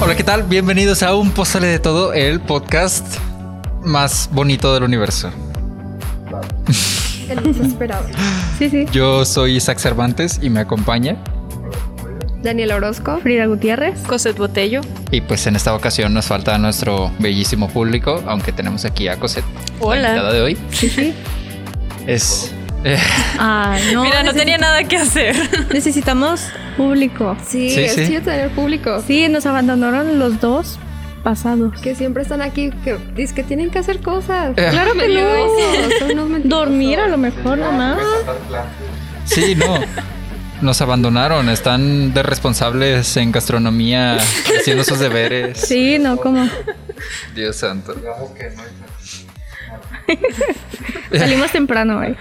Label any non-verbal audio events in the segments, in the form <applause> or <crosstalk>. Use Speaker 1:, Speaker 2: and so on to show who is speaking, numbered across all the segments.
Speaker 1: Hola, ¿qué tal? Bienvenidos a Un Pozole de Todo, el podcast más bonito del universo.
Speaker 2: El <laughs> desesperado.
Speaker 3: Sí, sí.
Speaker 1: Yo soy Isaac Cervantes y me acompaña.
Speaker 2: Daniel Orozco.
Speaker 3: Frida Gutiérrez.
Speaker 4: Cosette Botello.
Speaker 1: Y pues en esta ocasión nos falta nuestro bellísimo público, aunque tenemos aquí a Cosette. La invitada
Speaker 4: Hola.
Speaker 1: de hoy
Speaker 3: Sí, sí.
Speaker 1: es. eh, <laughs>
Speaker 3: Ay, no.
Speaker 4: Mira, no
Speaker 3: necesi-
Speaker 4: tenía nada que hacer.
Speaker 3: Necesitamos público.
Speaker 2: Sí,
Speaker 1: Sí,
Speaker 2: es
Speaker 1: sí.
Speaker 2: chido tener público.
Speaker 3: Sí, nos abandonaron los dos pasados.
Speaker 2: Que siempre están aquí, que dicen que tienen que hacer cosas.
Speaker 1: <laughs> Eh.
Speaker 2: Claro que
Speaker 4: Mentirosos.
Speaker 2: no. Son unos mentirosos.
Speaker 3: Dormir a lo mejor nomás.
Speaker 1: sí, no. Nos abandonaron, están de responsables en gastronomía haciendo sus deberes.
Speaker 3: Sí, no, como
Speaker 1: Dios santo.
Speaker 3: salimos temprano hoy.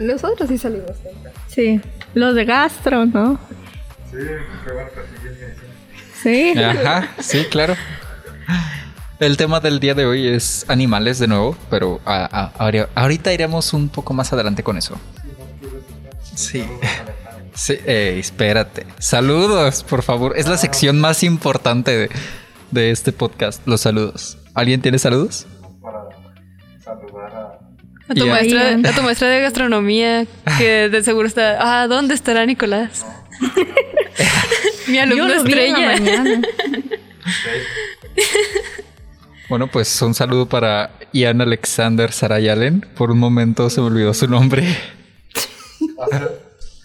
Speaker 2: Nosotros sí salimos. temprano.
Speaker 3: Sí, los de gastro, ¿no? Sí,
Speaker 1: Ajá, sí, claro. El tema del día de hoy es animales de nuevo, pero a- a- ahori- ahorita iremos un poco más adelante con eso. Sí. <laughs> Sí, eh, espérate. Saludos, por favor. Es la sección más importante de, de este podcast, los saludos. ¿Alguien tiene saludos?
Speaker 4: A tu,
Speaker 1: Ya.
Speaker 4: maestra, a tu maestra de gastronomía, que de seguro está. Ah, ¿dónde estará Nicolás? Mi alumno
Speaker 3: Yo lo vi en la
Speaker 4: estrella.
Speaker 3: mañana.
Speaker 1: Bueno, pues un saludo para Ian Alexander Sarayalen. Por un momento se me olvidó su nombre.
Speaker 5: Hace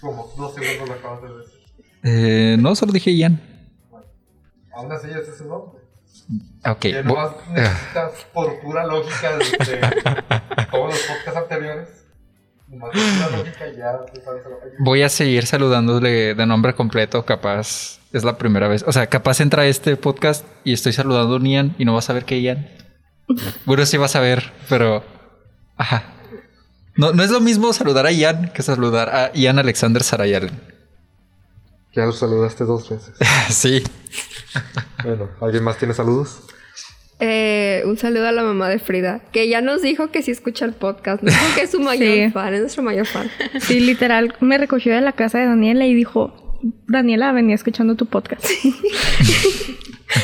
Speaker 5: como dos segundos lo acabas de decir.
Speaker 1: Eh, no, solo dije Ian.
Speaker 5: Aún así, ese es su nombre.
Speaker 1: Ok.
Speaker 5: Que
Speaker 1: bo- <laughs>
Speaker 5: nomás necesitas, por pura lógica de, de todos los podcasts anteriores, nomás por pura lógica ya te sabes a lo que-
Speaker 1: Voy a seguir saludándole de nombre completo, capaz es la primera vez. O sea, capaz entra este podcast y estoy saludando a un Ian y no vas a ver que
Speaker 3: <laughs>
Speaker 1: Ian. Bueno, sí vas a ver, pero... Ajá. No, no es lo mismo saludar a Ian que saludar a Ian Alexander Sarayalen.
Speaker 5: Ya lo saludaste dos veces.
Speaker 1: <laughs> Sí.
Speaker 5: Bueno, ¿alguien más tiene saludos?
Speaker 2: Eh, un saludo a la mamá de Frida, que ya nos dijo que sí escucha el podcast. ¿no? que es su mayor
Speaker 3: Sí.
Speaker 2: fan, es nuestro mayor fan.
Speaker 3: Sí, literal, me recogió de la casa de Daniela y dijo, Daniela, venía escuchando tu podcast. <laughs>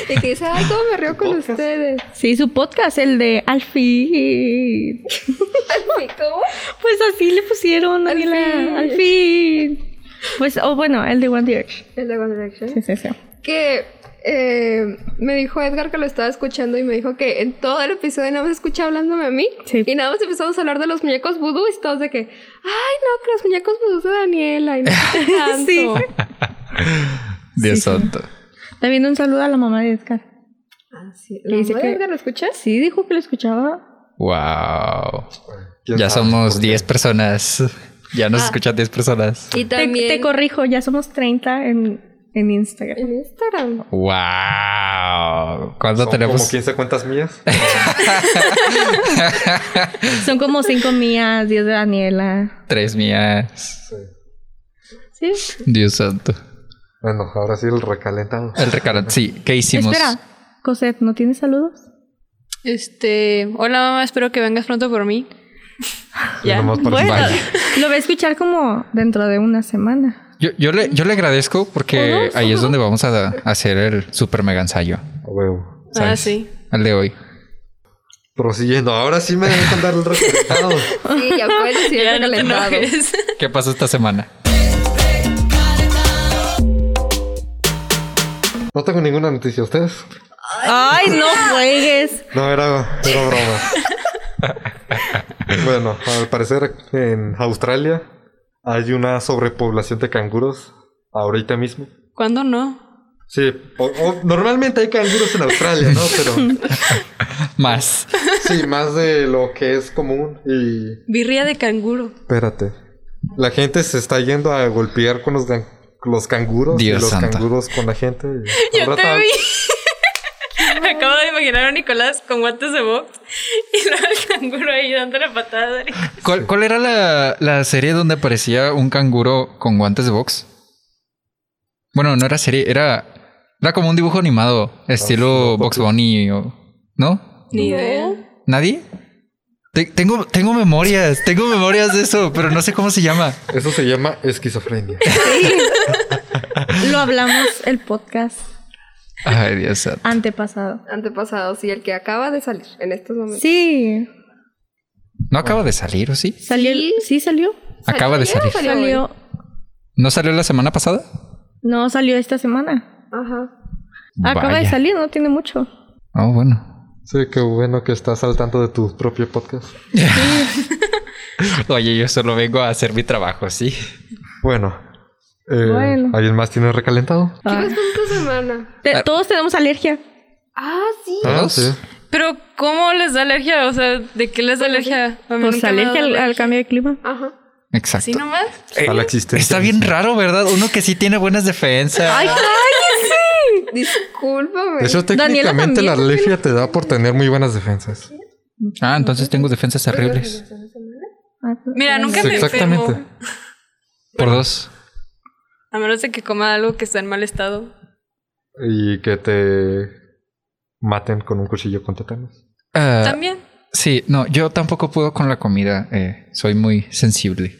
Speaker 2: Y que dice, ay, cómo me río con
Speaker 5: Podcast.
Speaker 2: ustedes.
Speaker 3: Sí, su podcast, el de Al fin.
Speaker 2: Ay, ¿Cómo?
Speaker 3: Pues así le pusieron,
Speaker 2: Al fin.
Speaker 3: Daniela. Al fin. Pues, o bueno, el de One Direction.
Speaker 2: El de One Direction.
Speaker 3: Sí, sí, sí.
Speaker 2: que eh, me dijo Edgar que lo estaba escuchando y me dijo que en todo el episodio nada más escucha hablándome a mí
Speaker 3: Sí.
Speaker 2: y nada más empezamos a hablar de los muñecos vudú y todos de que ay no que los muñecos vudú de Daniela y no sé qué tanto".
Speaker 3: Sí.
Speaker 1: Dios
Speaker 3: Sí, sí.
Speaker 1: santo.
Speaker 3: También un saludo a la mamá de Edgar.
Speaker 2: Ah, sí.
Speaker 3: Y
Speaker 2: ¿La
Speaker 3: dice
Speaker 2: mamá de
Speaker 3: que-
Speaker 2: Edgar lo escuchas?
Speaker 3: Sí, dijo que lo escuchaba.
Speaker 1: Wow. Ya somos 10 personas. <laughs> Ya
Speaker 3: Ah.
Speaker 1: nos escuchan 10 personas.
Speaker 2: Y
Speaker 3: Te,
Speaker 2: también
Speaker 3: te corrijo, ya somos 30 en, en Instagram.
Speaker 2: en Instagram.
Speaker 1: <laughs> Wow. ¿Cuándo tenemos?
Speaker 5: como 15 cuentas mías.
Speaker 3: Son como 5 mías, 10 de Daniela.
Speaker 1: Tres mías.
Speaker 3: Sí.
Speaker 1: Dios santo.
Speaker 5: <laughs> Bueno, ahora sí el recalentado.
Speaker 1: El recalón. Sí, ¿qué hicimos?
Speaker 3: Espera, Cosette, ¿no tienes saludos?
Speaker 4: Este. Hola, mamá, espero que vengas pronto por mí. Ya.
Speaker 5: Nomás para-
Speaker 3: Bueno,
Speaker 1: Vaya.
Speaker 3: lo voy a escuchar como dentro de una semana.
Speaker 1: Yo, yo, le, yo le agradezco porque ahí es donde vamos a hacer el super mega ensayo.
Speaker 5: A huevo.
Speaker 4: Ah,
Speaker 1: ¿sabes?
Speaker 4: sí.
Speaker 1: El de hoy.
Speaker 5: Prosiguiendo, ahora sí me dejan dar el recalentado. <laughs>
Speaker 2: Sí, ya puedes decir
Speaker 4: Ya
Speaker 2: el
Speaker 4: no te
Speaker 2: recalentado.
Speaker 4: enojes.
Speaker 1: ¿Qué pasó esta semana?
Speaker 5: No tengo ninguna noticia, ¿ustedes?
Speaker 3: Ay, no juegues.
Speaker 5: No, era, era broma.
Speaker 1: <laughs>
Speaker 5: bueno, al parecer en Australia hay una sobrepoblación de canguros ahorita mismo.
Speaker 4: ¿Cuándo no?
Speaker 5: Sí, o- o- normalmente hay canguros en Australia, ¿no?
Speaker 4: <laughs>
Speaker 5: Pero
Speaker 1: Más.
Speaker 5: sí, más de lo que es común. Y
Speaker 4: Birria de canguro.
Speaker 5: espérate, la gente se está yendo a golpear con los, gan- los canguros
Speaker 1: Dios
Speaker 5: y los
Speaker 1: santo.
Speaker 5: canguros con la gente. y-
Speaker 4: Yo
Speaker 5: al
Speaker 4: te
Speaker 5: rato- <laughs>
Speaker 4: vi. Me acabo de imaginar a Nicolás con guantes de box y luego el canguro ahí dando la patada. de Nicolás.
Speaker 1: ¿Cuál, cuál era la, la serie donde aparecía un canguro con guantes de box? Bueno, no era serie, era, era como un dibujo animado, estilo Box Bunny, o- ¿no?
Speaker 4: Ni idea.
Speaker 1: ¿Nadie? Te- tengo, tengo memorias, tengo memorias de eso, pero no sé cómo se llama.
Speaker 5: Eso se llama esquizofrenia.
Speaker 3: Lo hablamos el podcast.
Speaker 1: Ay, Dios santo.
Speaker 3: Antepasado.
Speaker 2: Antepasado, sí, el que acaba de salir en estos momentos.
Speaker 3: Sí.
Speaker 1: ¿No acaba de salir o sí?
Speaker 3: ¿Salió? el- Sí, salió.
Speaker 2: ¿Salió
Speaker 1: Acaba de
Speaker 2: ayer o
Speaker 1: salir.
Speaker 2: salió hoy?
Speaker 3: Salió.
Speaker 1: ¿No salió la semana pasada?
Speaker 3: No, salió esta semana. Ah,
Speaker 2: Ajá.
Speaker 3: Acaba de
Speaker 1: Vaya.
Speaker 3: salir, no tiene mucho.
Speaker 1: Oh, bueno.
Speaker 5: Sí, qué bueno que estás al tanto de tu propio podcast.
Speaker 1: Oye, yo solo vengo a hacer mi trabajo, ¿sí?
Speaker 5: Bueno. eh,
Speaker 3: Bueno.
Speaker 5: ¿Alguien más tiene recalentado?
Speaker 2: ¿Qué
Speaker 3: Ah.
Speaker 2: pasó esta semana?
Speaker 3: Te-
Speaker 1: Ah.
Speaker 3: todos tenemos alergia.
Speaker 2: Ah, sí.
Speaker 5: Ah,
Speaker 1: ¿Todos?
Speaker 5: sí.
Speaker 4: Pero, ¿cómo les da alergia? O sea, ¿de qué les da alergia? A mí
Speaker 3: Pues
Speaker 4: nunca me ha dado
Speaker 3: alergia al, al cambio de clima.
Speaker 2: Ajá.
Speaker 1: Exacto.
Speaker 4: ¿Así nomás?
Speaker 1: Eh,
Speaker 5: A la existencia.
Speaker 1: Está bien raro, ¿verdad? Uno que sí tiene buenas defensas.
Speaker 2: Discúlpame.
Speaker 5: De hecho,
Speaker 3: Daniela
Speaker 5: técnicamente
Speaker 3: también,
Speaker 5: la alergia te da por tener muy buenas defensas.
Speaker 1: Ah, entonces tengo defensas terribles.
Speaker 3: Ah, pues,
Speaker 4: Mira, nunca
Speaker 5: Sí,
Speaker 4: me
Speaker 5: exactamente.
Speaker 4: enfermo.
Speaker 1: Por dos.
Speaker 4: A menos de que coma algo que está en mal estado.
Speaker 5: Y que te maten con un cuchillo con tétanos.
Speaker 1: Ah,
Speaker 4: También.
Speaker 1: sí, no, yo tampoco puedo con la comida. eh, soy muy sensible.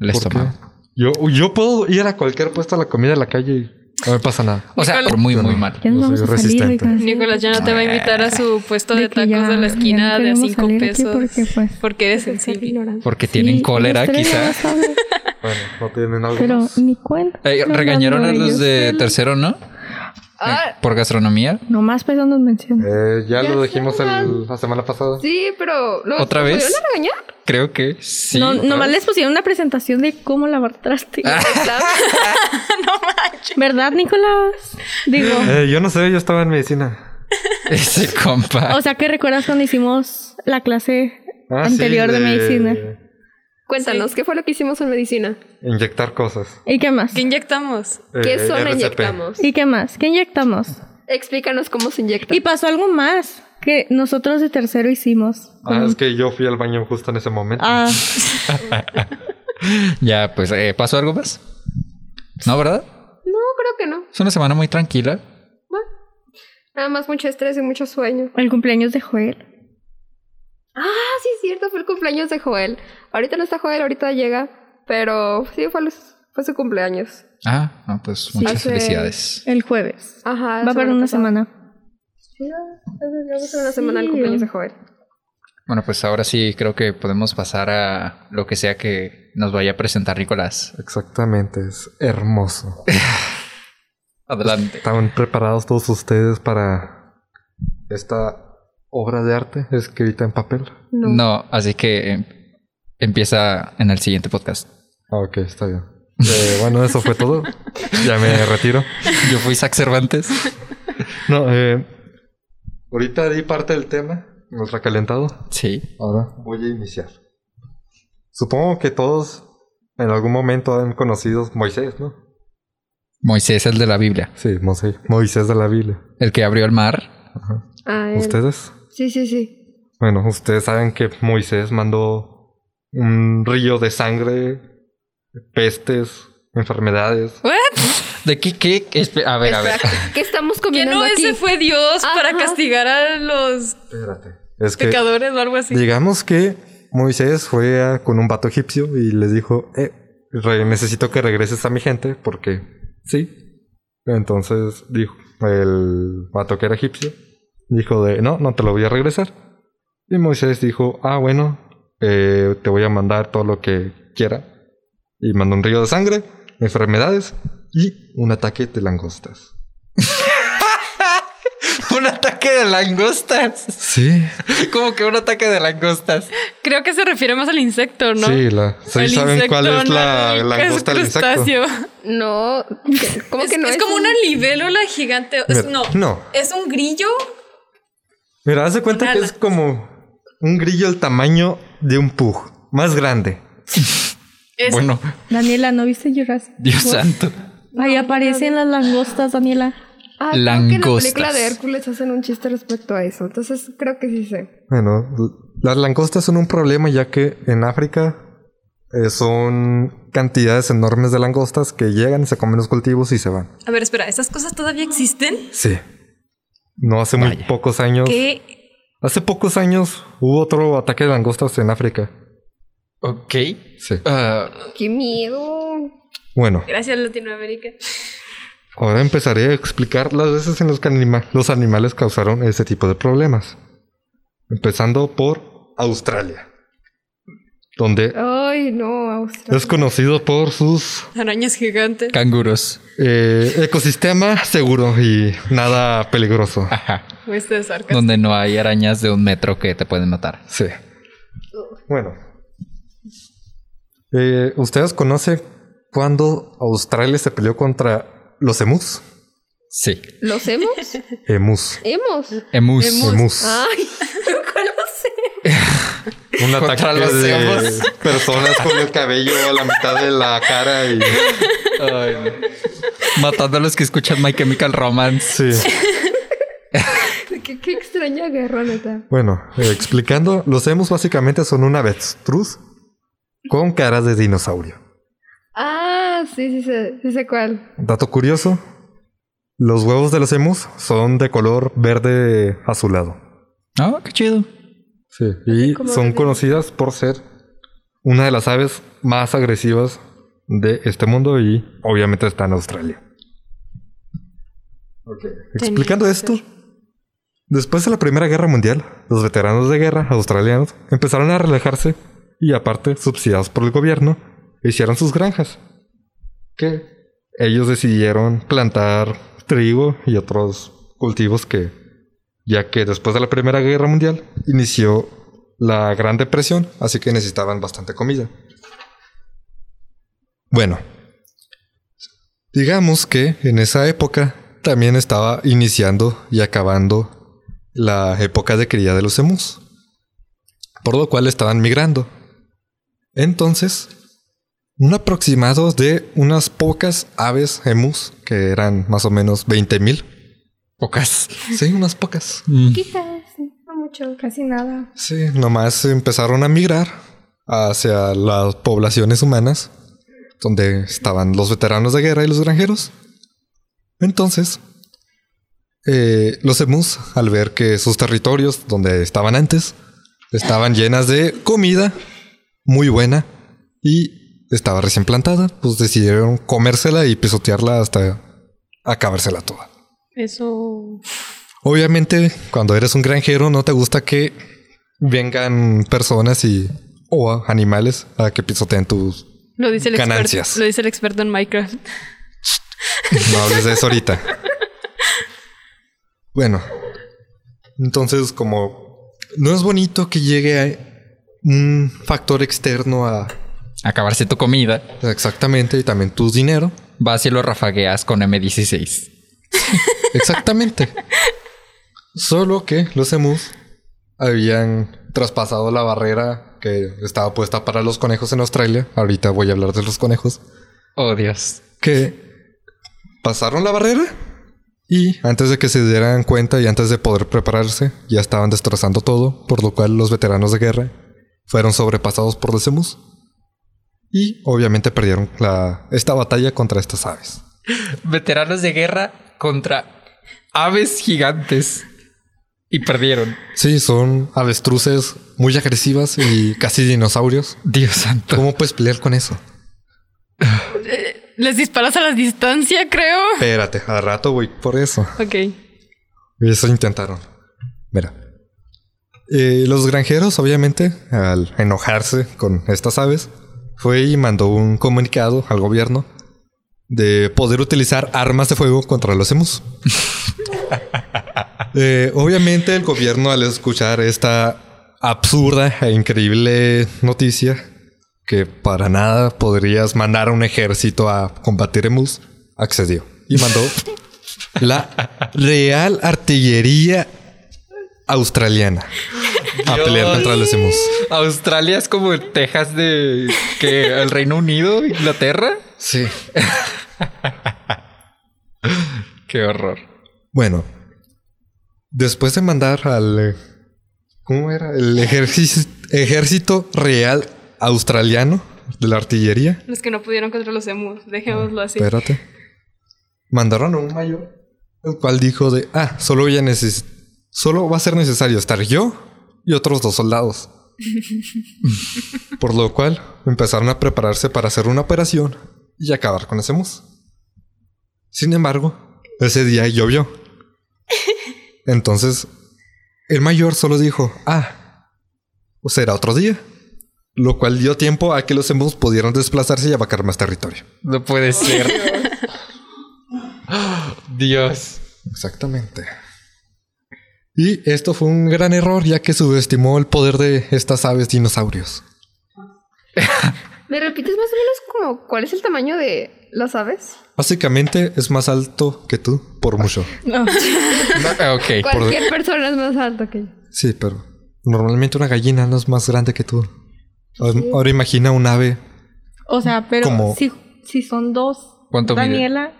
Speaker 1: El
Speaker 5: ¿Por qué?
Speaker 1: estómago.
Speaker 5: Yo, yo puedo ir a cualquier puesto a la comida de la calle y no me pasa
Speaker 1: <laughs>
Speaker 5: nada.
Speaker 1: O sea,
Speaker 4: Nicolás.
Speaker 1: por muy,
Speaker 5: Yo
Speaker 1: muy
Speaker 5: no.
Speaker 1: mal.
Speaker 3: Ya nos
Speaker 5: Yo
Speaker 3: vamos
Speaker 5: soy
Speaker 3: a salir.
Speaker 5: resistente.
Speaker 3: oigan.
Speaker 4: Nicolás ya no
Speaker 5: Ah.
Speaker 4: te va a invitar a su puesto de,
Speaker 3: De que
Speaker 4: tacos
Speaker 3: ya-
Speaker 4: de la
Speaker 3: ya
Speaker 4: esquina
Speaker 3: no
Speaker 4: de a
Speaker 3: queremos
Speaker 4: cinco
Speaker 3: salir aquí
Speaker 4: pesos.
Speaker 3: Porque, pues,
Speaker 4: Porque eres
Speaker 2: Soy
Speaker 3: <laughs>
Speaker 4: sensible.
Speaker 2: ignorante.
Speaker 1: Porque tienen
Speaker 3: sí,
Speaker 1: cólera,
Speaker 3: ustedes ya
Speaker 1: quizá.
Speaker 3: lo saben,
Speaker 5: Bueno, no tienen algo.
Speaker 3: Pero
Speaker 5: más?
Speaker 3: ni cuenta.
Speaker 1: Eh,
Speaker 3: No,
Speaker 1: regañaron
Speaker 3: no,
Speaker 1: a
Speaker 3: no, Ah.
Speaker 1: los
Speaker 3: yo
Speaker 1: de
Speaker 3: sé.
Speaker 1: tercero, ¿no? Eh,
Speaker 2: Ah,
Speaker 1: Por gastronomía.
Speaker 3: Nomás pues no nos menciona.
Speaker 5: Eh, ya,
Speaker 2: Ya
Speaker 5: lo
Speaker 2: sé,
Speaker 5: dijimos el-
Speaker 2: Juan.
Speaker 5: la semana pasada.
Speaker 2: Sí, pero. ¿lo-
Speaker 1: ¿Otra
Speaker 2: ¿lo
Speaker 1: vez?
Speaker 2: pudieron regañar?
Speaker 1: Creo que sí.
Speaker 3: no, nomás les pusieron una presentación de cómo lavar traste.
Speaker 1: Ah.
Speaker 4: <laughs> No manches.
Speaker 3: ¿Verdad, Nicolás? Digo,
Speaker 5: Eh, yo no sé, yo estaba en medicina.
Speaker 1: <laughs> Ese compa.
Speaker 3: o sea, ¿qué recuerdas cuando hicimos la clase
Speaker 5: Ah, sí,
Speaker 3: anterior de... medicina?
Speaker 2: Cuéntanos, ¿qué fue lo que hicimos en medicina?
Speaker 5: Inyectar cosas.
Speaker 3: ¿Y qué más?
Speaker 4: ¿Qué inyectamos?
Speaker 2: ¿Qué
Speaker 5: Eh,
Speaker 2: son
Speaker 5: RCP.
Speaker 2: inyectamos?
Speaker 3: ¿Y qué más? ¿Qué inyectamos?
Speaker 2: Explícanos cómo se inyecta.
Speaker 3: Y pasó algo más que nosotros de tercero hicimos.
Speaker 5: Ah, es que yo fui al baño justo en ese momento.
Speaker 3: Ah,
Speaker 1: Ya, pues, eh, ¿pasó algo más? ¿No, verdad?
Speaker 2: No, creo que no.
Speaker 1: Es una semana muy tranquila.
Speaker 2: Nada más mucho estrés y mucho sueño.
Speaker 3: el cumpleaños de Joel.
Speaker 2: Ah, sí, es cierto, fue el cumpleaños de Joel. Ahorita no está Joel, ahorita llega. Pero sí, fue, los- fue su cumpleaños.
Speaker 1: Ah, no, pues muchas
Speaker 2: Hace-
Speaker 1: felicidades.
Speaker 3: El jueves.
Speaker 2: Ajá.
Speaker 3: Va para una semana.
Speaker 2: Vamos a hacer una semana el
Speaker 3: Sí.
Speaker 2: cumpleaños de Joel.
Speaker 1: Bueno, pues ahora sí creo que podemos pasar a lo que sea que nos vaya a presentar Nicolás.
Speaker 5: Exactamente, es hermoso.
Speaker 1: Adelante.
Speaker 5: ¿Están preparados todos ustedes para esta obra de arte escrita en papel?
Speaker 1: No, así que em, empieza en el siguiente podcast.
Speaker 5: Ah, ok, está bien. Eh, bueno, eso fue todo. ya <laughs> me retiro.
Speaker 1: Yo fui Zach Cervantes.
Speaker 5: No, eh, ahorita di parte del tema, el recalentado.
Speaker 1: Sí.
Speaker 5: Ahora voy a iniciar. Supongo que todos en algún momento han conocido Moisés, ¿no?
Speaker 1: Moisés, el de la Biblia.
Speaker 5: Sí, Moisés, Moisés de la Biblia.
Speaker 1: El que abrió el mar.
Speaker 2: Ah, él.
Speaker 5: ¿Ustedes?
Speaker 2: Sí, sí, sí.
Speaker 5: Bueno, ustedes saben que Moisés mandó un río de sangre, pestes, enfermedades.
Speaker 1: ¿De qué? qué? Espe- A ver, a ver.
Speaker 2: ¿Qué estamos
Speaker 4: Que
Speaker 2: comiendo
Speaker 4: no
Speaker 2: aquí?
Speaker 4: ese fue Dios para
Speaker 2: Ajá.
Speaker 4: castigar a los
Speaker 5: Espérate. Es que
Speaker 4: pecadores o algo así.
Speaker 5: digamos que Moisés fue a- con un vato egipcio y les dijo, eh, re- necesito que regreses a mi gente porque sí. Entonces dijo, el vato que era egipcio dijo de, no, no te lo voy a regresar. Y Moisés dijo, ah, bueno, eh, te voy a mandar todo lo que quiera. Y mandó un río de sangre, enfermedades y un ataque de langostas.
Speaker 1: <laughs> un ataque de langostas.
Speaker 5: Sí,
Speaker 1: Como que un ataque de langostas.
Speaker 4: Creo que se refiere más al insecto, ¿no?
Speaker 5: sí, la, sí
Speaker 4: El
Speaker 5: saben
Speaker 4: insecto,
Speaker 5: cuál es
Speaker 4: no,
Speaker 5: la
Speaker 4: el-
Speaker 5: langosta
Speaker 4: es
Speaker 5: del insecto.
Speaker 4: crustáceo.
Speaker 2: No. ¿Cómo
Speaker 4: Es,
Speaker 2: que no?
Speaker 4: es como una libélula gigante. Es-
Speaker 5: Mira,
Speaker 4: Pues no,
Speaker 5: no,
Speaker 4: es un grillo.
Speaker 5: Mira, haz de cuenta que
Speaker 4: Nada.
Speaker 5: es como un grillo el tamaño de un pug, más grande.
Speaker 4: Es-
Speaker 1: Bueno,
Speaker 3: Daniela, ¿no viste Jurassic?
Speaker 1: Dios santo.
Speaker 3: Ahí aparecen las langostas, Daniela.
Speaker 2: Ah, creo que en la
Speaker 1: Langostas.
Speaker 2: película de Hércules hacen un chiste respecto a eso. Entonces creo que sí sé.
Speaker 5: Bueno, l- las langostas son un problema ya que en África eh, son cantidades enormes de langostas que llegan, se comen los cultivos y se van.
Speaker 4: A ver, espera, ¿esas cosas todavía existen?
Speaker 5: Sí. No hace muy
Speaker 1: Vaya.
Speaker 5: pocos años.
Speaker 4: ¿Qué?
Speaker 5: Hace pocos años hubo otro ataque de langostas en África.
Speaker 1: Ok.
Speaker 5: Sí.
Speaker 1: Ah,
Speaker 2: ¡Qué miedo!
Speaker 5: Bueno,
Speaker 4: Gracias, Latinoamérica.
Speaker 5: Ahora empezaré a explicar las veces en las que anima- los animales causaron ese tipo de problemas. Empezando por Australia, donde
Speaker 2: Ay, no, Australia.
Speaker 5: es conocido por sus
Speaker 4: Arañas gigantes.
Speaker 1: Canguros.
Speaker 5: eh, ecosistema seguro y nada peligroso.
Speaker 1: Ajá.
Speaker 4: Fuiste de sarcasmo.
Speaker 1: Donde no hay arañas de un metro que te pueden matar.
Speaker 5: Sí. Bueno. Eh, ¿Ustedes conocen cuando Australia se peleó contra los emus?
Speaker 1: Sí.
Speaker 2: ¿Los hemos?
Speaker 5: Emus.
Speaker 2: ¿Hemos?
Speaker 1: Emus.
Speaker 5: Emus.
Speaker 2: Ay,
Speaker 5: <laughs> Un
Speaker 1: Contra
Speaker 5: ataque
Speaker 1: los
Speaker 5: de
Speaker 1: emus.
Speaker 5: personas con el cabello a la mitad de la cara y...
Speaker 1: Ay, no. Matando a los que escuchan My Chemical Romance.
Speaker 5: Sí.
Speaker 2: <laughs> qué, qué extraña guerra, neta.
Speaker 5: Bueno, eh, explicando, los emus básicamente son un avestruz con caras de dinosaurio.
Speaker 2: Ah, sí, sí sé, sí sé cuál.
Speaker 5: Dato curioso, los huevos de los emus son de color verde azulado.
Speaker 1: No, qué chido.
Speaker 5: Sí, y
Speaker 2: Como
Speaker 5: son
Speaker 2: verde.
Speaker 5: conocidas por ser una de las aves más agresivas de este mundo y obviamente está en Australia. Explicando
Speaker 4: que
Speaker 5: esto, después de la Primera Guerra Mundial, los veteranos de guerra australianos empezaron a relajarse y aparte, subsidiados por el gobierno, hicieron sus granjas. Que ellos decidieron plantar trigo y otros cultivos que, ya que después de la Primera Guerra Mundial inició la Gran Depresión, así que necesitaban bastante comida. Bueno, Digamos que en esa época también estaba iniciando y acabando la época de cría de los emus, por lo cual estaban migrando. Entonces, un aproximado de unas pocas aves emus, que eran más o menos 20.000. Pocas. Sí, unas pocas.
Speaker 1: Mm.
Speaker 2: Quizás, sí, no mucho.
Speaker 3: Casi nada.
Speaker 5: Sí, nomás empezaron a migrar hacia las poblaciones humanas, donde estaban los veteranos de guerra y los granjeros. Entonces, eh, los emus, al ver que sus territorios, donde estaban antes, estaban llenas de comida muy buena y estaba recién plantada, pues decidieron comérsela y pisotearla hasta acabársela toda.
Speaker 4: Eso.
Speaker 5: Obviamente, cuando eres un granjero, no te gusta que vengan personas y o animales a que pisoteen tus.
Speaker 4: Lo dice el
Speaker 5: Ganancias.
Speaker 4: experto. Lo dice el experto en Minecraft.
Speaker 5: No hables de eso ahorita. Bueno, entonces, como no es bonito que llegue a- un factor externo a
Speaker 1: Acabarse tu comida.
Speaker 5: exactamente y también tu dinero.
Speaker 1: Vas y lo rafagueas con M16.
Speaker 5: Exactamente. Solo que los emus habían traspasado la barrera que estaba puesta para los conejos en Australia. Ahorita voy a hablar de los conejos.
Speaker 1: Oh, Dios.
Speaker 5: Que pasaron la barrera y antes de que se dieran cuenta y antes de poder prepararse, ya estaban destrozando todo, por lo cual los veteranos de guerra fueron sobrepasados por los emus. Y obviamente perdieron la- esta batalla contra estas aves.
Speaker 1: Veteranos de guerra contra aves gigantes. Y perdieron.
Speaker 5: Sí, son avestruces muy agresivas y casi dinosaurios.
Speaker 1: Dios santo.
Speaker 5: ¿Cómo puedes pelear con eso?
Speaker 4: Les disparas a la distancia, creo.
Speaker 5: Espérate, al rato voy por eso.
Speaker 4: Ok.
Speaker 5: Eso intentaron. Mira. Eh, los granjeros, obviamente, al enojarse con estas aves, fue y mandó un comunicado al gobierno de poder utilizar armas de fuego contra los emus. Eh, obviamente, el gobierno, al escuchar esta absurda e increíble noticia, que para nada podrías mandar a un ejército a combatir emus, accedió y mandó la Real Artillería Australiana. A pelear contra los emus.
Speaker 1: Australia es como el Texas de que el Reino Unido, Inglaterra.
Speaker 5: Sí.
Speaker 1: Qué horror.
Speaker 5: Bueno. Después de mandar al... eh, ¿Cómo era? El ejerci- Ejército Real Australiano de la Artillería.
Speaker 4: Los que no pudieron contra los emus, dejémoslo así.
Speaker 5: Espérate. Mandaron a un mayor, el cual dijo de, ah, solo, voy a neces- solo va a ser necesario estar yo y otros dos soldados. Por lo cual empezaron a prepararse para hacer una operación y acabar con ese mus. Sin embargo, ese día llovió. Entonces, el mayor solo dijo, ah, pues será otro día. Lo cual dio tiempo a que los emus pudieran desplazarse y abarcar más territorio.
Speaker 1: No puede ser. Dios.
Speaker 5: Exactamente. Y esto fue un gran error ya que subestimó el poder de estas aves dinosaurios.
Speaker 2: ¿Me repites más o menos como cuál es el tamaño de las aves?
Speaker 5: Básicamente es más alto que tú, por mucho.
Speaker 3: No.
Speaker 1: No, ok. por-
Speaker 2: Cualquier persona es más alta que yo.
Speaker 5: Sí, pero normalmente una gallina no es más grande que tú. Ahora- Ahora imagina un ave.
Speaker 3: O sea, pero
Speaker 5: Como-
Speaker 3: si, si son dos,
Speaker 1: ¿Cuánto mide?
Speaker 3: Daniela,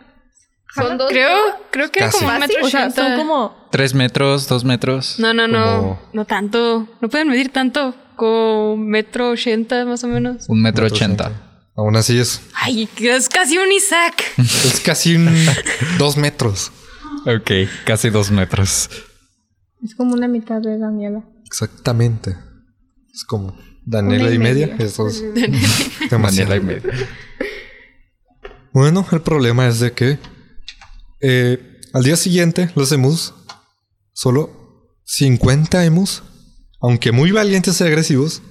Speaker 2: Son dos.
Speaker 4: Creo, creo que
Speaker 5: Casi.
Speaker 4: como un metro
Speaker 3: o sea,
Speaker 4: ochenta.
Speaker 3: son como
Speaker 1: Tres metros, dos metros.
Speaker 4: No, no, no.
Speaker 5: como-
Speaker 4: No tanto. No pueden medir tanto. Como metro ochenta más o menos.
Speaker 1: Un metro ochenta.
Speaker 5: Aún así es.
Speaker 4: Ay, es casi un
Speaker 5: <laughs>
Speaker 4: Isaac.
Speaker 5: Es casi un- dos metros.
Speaker 1: Ok, casi dos metros.
Speaker 3: es como una mitad de Daniela.
Speaker 5: Exactamente. Es como Daniela
Speaker 3: Una y
Speaker 5: y media.
Speaker 3: media.
Speaker 5: Eso es
Speaker 1: Daniela
Speaker 5: demasiado.
Speaker 1: y media.
Speaker 5: Bueno, el problema es de que eh, al día siguiente los emus, solo 50 emus, aunque muy valientes y agresivos,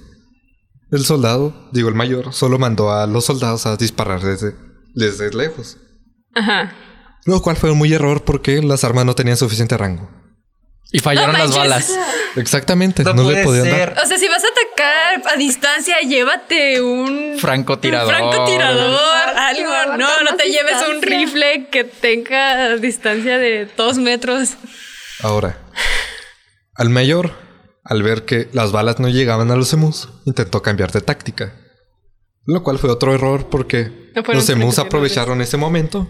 Speaker 5: el soldado, digo el mayor, solo mandó a los soldados a disparar desde, desde lejos.
Speaker 4: Ajá.
Speaker 5: Lo cual fue un muy error porque las armas no tenían suficiente rango.
Speaker 1: Y fallaron
Speaker 4: No
Speaker 1: las
Speaker 4: manches.
Speaker 1: balas.
Speaker 5: Exactamente, no, le podían dar.
Speaker 4: O sea, si vas a atacar a distancia, llévate un.
Speaker 1: Francotirador.
Speaker 4: Un francotirador, algo.
Speaker 2: abarca
Speaker 4: No, no
Speaker 2: más
Speaker 4: te lleves un
Speaker 2: distancia.
Speaker 4: rifle que tenga distancia de dos metros.
Speaker 5: Ahora, al mayor, al ver que las balas no llegaban a los emus, intentó cambiar de táctica. Lo cual fue otro error porque
Speaker 4: No fueron
Speaker 5: los emus
Speaker 4: francotiradores.
Speaker 5: aprovecharon ese momento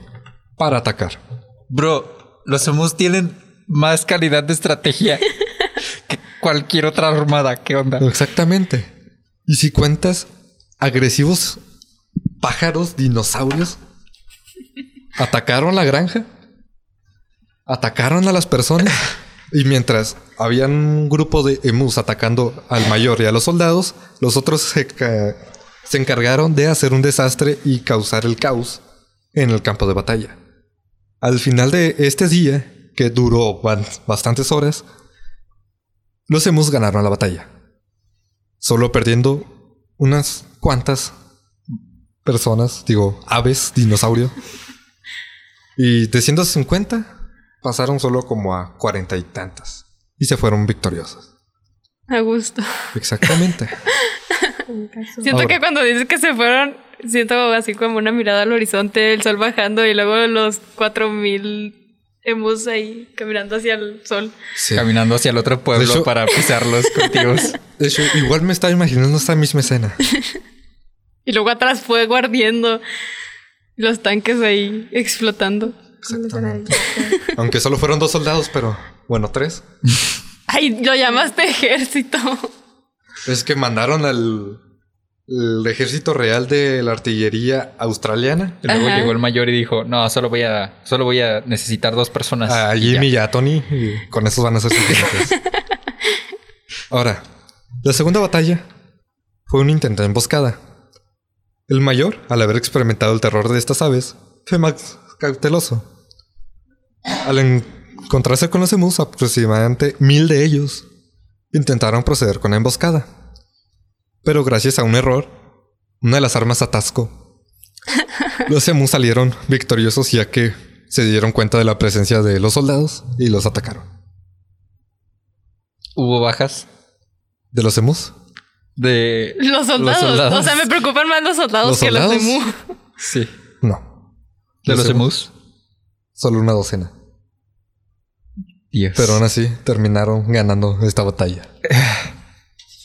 Speaker 5: para atacar.
Speaker 1: Bro, los emus tienen más calidad de
Speaker 4: <laughs>
Speaker 1: estrategia que cualquier otra armada. ¿Qué onda?
Speaker 5: Exactamente. Y si cuentas agresivos pájaros, dinosaurios, atacaron la granja, atacaron a las personas. Y mientras había un grupo de emus atacando al mayor y a los soldados, los otros se, ca- se encargaron de hacer un desastre y causar el caos en el campo de batalla. Al final de este día, que duró ban- bastantes horas, los emus ganaron la batalla solo perdiendo unas cuantas personas, digo, aves, dinosaurio. Y de 150 pasaron solo como a cuarenta y tantas. Y se fueron victoriosas.
Speaker 4: A gusto.
Speaker 5: Exactamente.
Speaker 4: Siento
Speaker 5: Ahora.
Speaker 4: que cuando dices que se fueron, siento así como una mirada al horizonte, el sol bajando y luego los cuatro mil emus ahí caminando hacia el sol.
Speaker 5: Sí.
Speaker 1: Caminando hacia el otro pueblo
Speaker 5: De hecho-
Speaker 1: para pisar los cultivos.
Speaker 5: De hecho, igual me estaba imaginando esta misma escena.
Speaker 4: Y luego atrás fuego ardiendo. Los tanques ahí explotando.
Speaker 5: Exactamente. Aunque solo fueron dos soldados, pero bueno, tres.
Speaker 4: Ay, lo llamaste ejército.
Speaker 5: Es que mandaron al el ejército real de la artillería australiana.
Speaker 1: Y luego
Speaker 4: Ajá.
Speaker 1: llegó el mayor y dijo, no, solo voy a, solo voy a necesitar dos personas.
Speaker 5: A
Speaker 1: Y ya.
Speaker 5: Jimmy y a Tony, y con esos van a
Speaker 1: <laughs>
Speaker 5: ser suficientes. Ahora, la segunda batalla fue un intento de emboscada. El mayor, al haber experimentado el terror de estas aves, fue más cauteloso. Al en- encontrarse con los emus, aproximadamente mil de ellos intentaron proceder con la emboscada. Pero gracias a un error, una de las armas atascó los emus salieron victoriosos ya que se dieron cuenta de la presencia de los soldados y los atacaron.
Speaker 1: Hubo bajas
Speaker 5: ¿De los emus?
Speaker 1: de...
Speaker 4: Los soldados.
Speaker 1: soldados.
Speaker 4: O sea, me preocupan más los soldados
Speaker 5: ¿Los
Speaker 4: Oh, que
Speaker 5: soldados?
Speaker 4: los emus.
Speaker 1: Sí.
Speaker 5: No.
Speaker 1: De los emus.
Speaker 5: Solo una docena.
Speaker 1: Dios. <laughs>
Speaker 5: Pero aún así terminaron ganando esta batalla.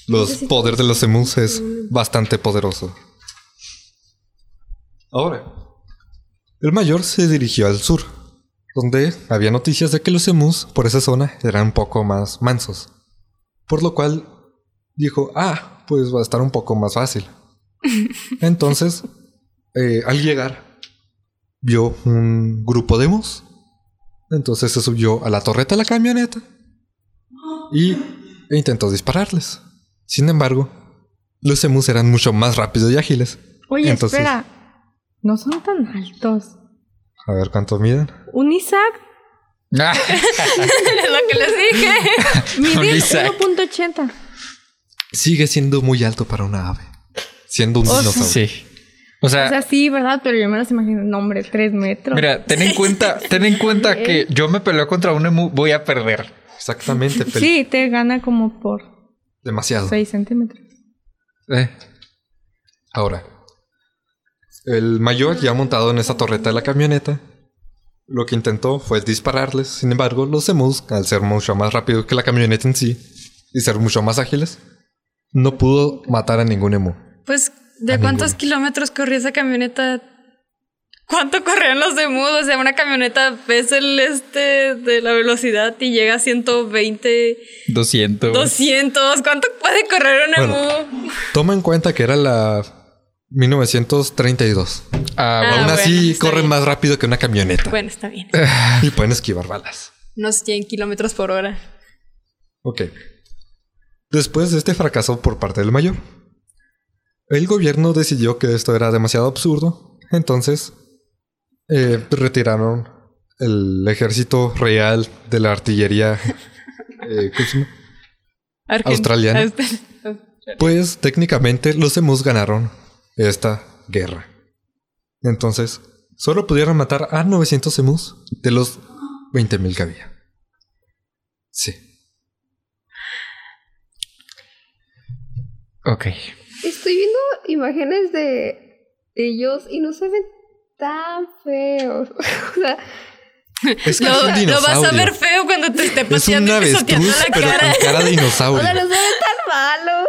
Speaker 5: Los poder de los emus es bastante poderoso. Ahora, el mayor se dirigió al sur, donde había noticias de que los emus por esa zona eran un poco más mansos. Por lo cual dijo, ah, pues va a estar un poco más fácil. Entonces, eh, al llegar, vio un grupo de emus entonces se subió a la torreta de la camioneta y e intentó dispararles. Sin embargo, los emus eran mucho más rápidos y ágiles.
Speaker 3: Oye,
Speaker 5: Entonces-
Speaker 3: espera. No son tan altos.
Speaker 5: A ver cuánto miden.
Speaker 3: Un Isaac
Speaker 1: Ah.
Speaker 4: es lo que les dije.
Speaker 1: Un
Speaker 3: <laughs> mide
Speaker 1: Isaac.
Speaker 3: 1.80.
Speaker 5: Sigue siendo muy alto para una ave. Siendo un dinosaurio.
Speaker 1: Oh, sí. O
Speaker 3: O sea,
Speaker 1: sea,
Speaker 3: sí, ¿verdad? Pero yo me las imagino, no, hombre, 3 metros.
Speaker 1: mira, ten en
Speaker 3: <laughs>
Speaker 1: cuenta, ten en cuenta que yo me peleo contra un emu, voy a perder.
Speaker 5: Exactamente. Pel.
Speaker 3: sí, te gana como por
Speaker 5: Demasiado.
Speaker 3: 6 centímetros.
Speaker 1: Eh,
Speaker 5: Ahora, el mayor ya montado en esa torreta de la camioneta, lo que intentó fue dispararles. Sin embargo, los emus, al ser mucho más rápidos que la camioneta en sí y ser mucho más ágiles, no pudo matar a ningún emu.
Speaker 4: Pues, ¿de
Speaker 5: A
Speaker 4: cuántos
Speaker 5: ninguno.
Speaker 4: kilómetros corría esa camioneta? ¿Cuánto corrían los de Mood? O sea, una camioneta ves el este de la velocidad y llega a 120,
Speaker 1: 200.
Speaker 4: 200. ¿Cuánto puede correr un
Speaker 5: Bueno,
Speaker 4: emu?
Speaker 5: Toma en cuenta que era la 1932.
Speaker 1: Ah,
Speaker 4: Ah,
Speaker 5: Aún
Speaker 1: bueno.
Speaker 5: así,
Speaker 4: bueno, está
Speaker 5: corren
Speaker 4: bien.
Speaker 5: más rápido que una camioneta
Speaker 4: Bueno, está bien.
Speaker 5: y pueden esquivar balas.
Speaker 4: Unos 100 kilómetros por hora.
Speaker 5: Ok. Después de este fracaso por parte del mayor, el gobierno decidió que esto era demasiado absurdo, entonces eh, retiraron el ejército real de la artillería eh, ¿cómo se llama?
Speaker 4: Argen-
Speaker 5: Australiano.
Speaker 4: Aust-
Speaker 5: Pues técnicamente los emus ganaron esta guerra. Entonces, solo pudieron matar a 900 emus de los 20.000 que había. Sí.
Speaker 1: Ok.
Speaker 2: Estoy viendo imágenes de ellos y no se ven tan feos. <laughs> o sea,
Speaker 4: <laughs>
Speaker 5: Es que
Speaker 4: Lo,
Speaker 5: es un
Speaker 4: lo vas a
Speaker 5: dinosaurio.
Speaker 4: ver feo cuando te esté
Speaker 5: Es un
Speaker 4: paseando y pisoteando
Speaker 5: avestruz,
Speaker 4: la
Speaker 5: pero
Speaker 4: cara.
Speaker 5: <laughs>
Speaker 2: o
Speaker 5: con cara de
Speaker 2: sea, no
Speaker 5: dinosaurio.
Speaker 2: se ven tan malos.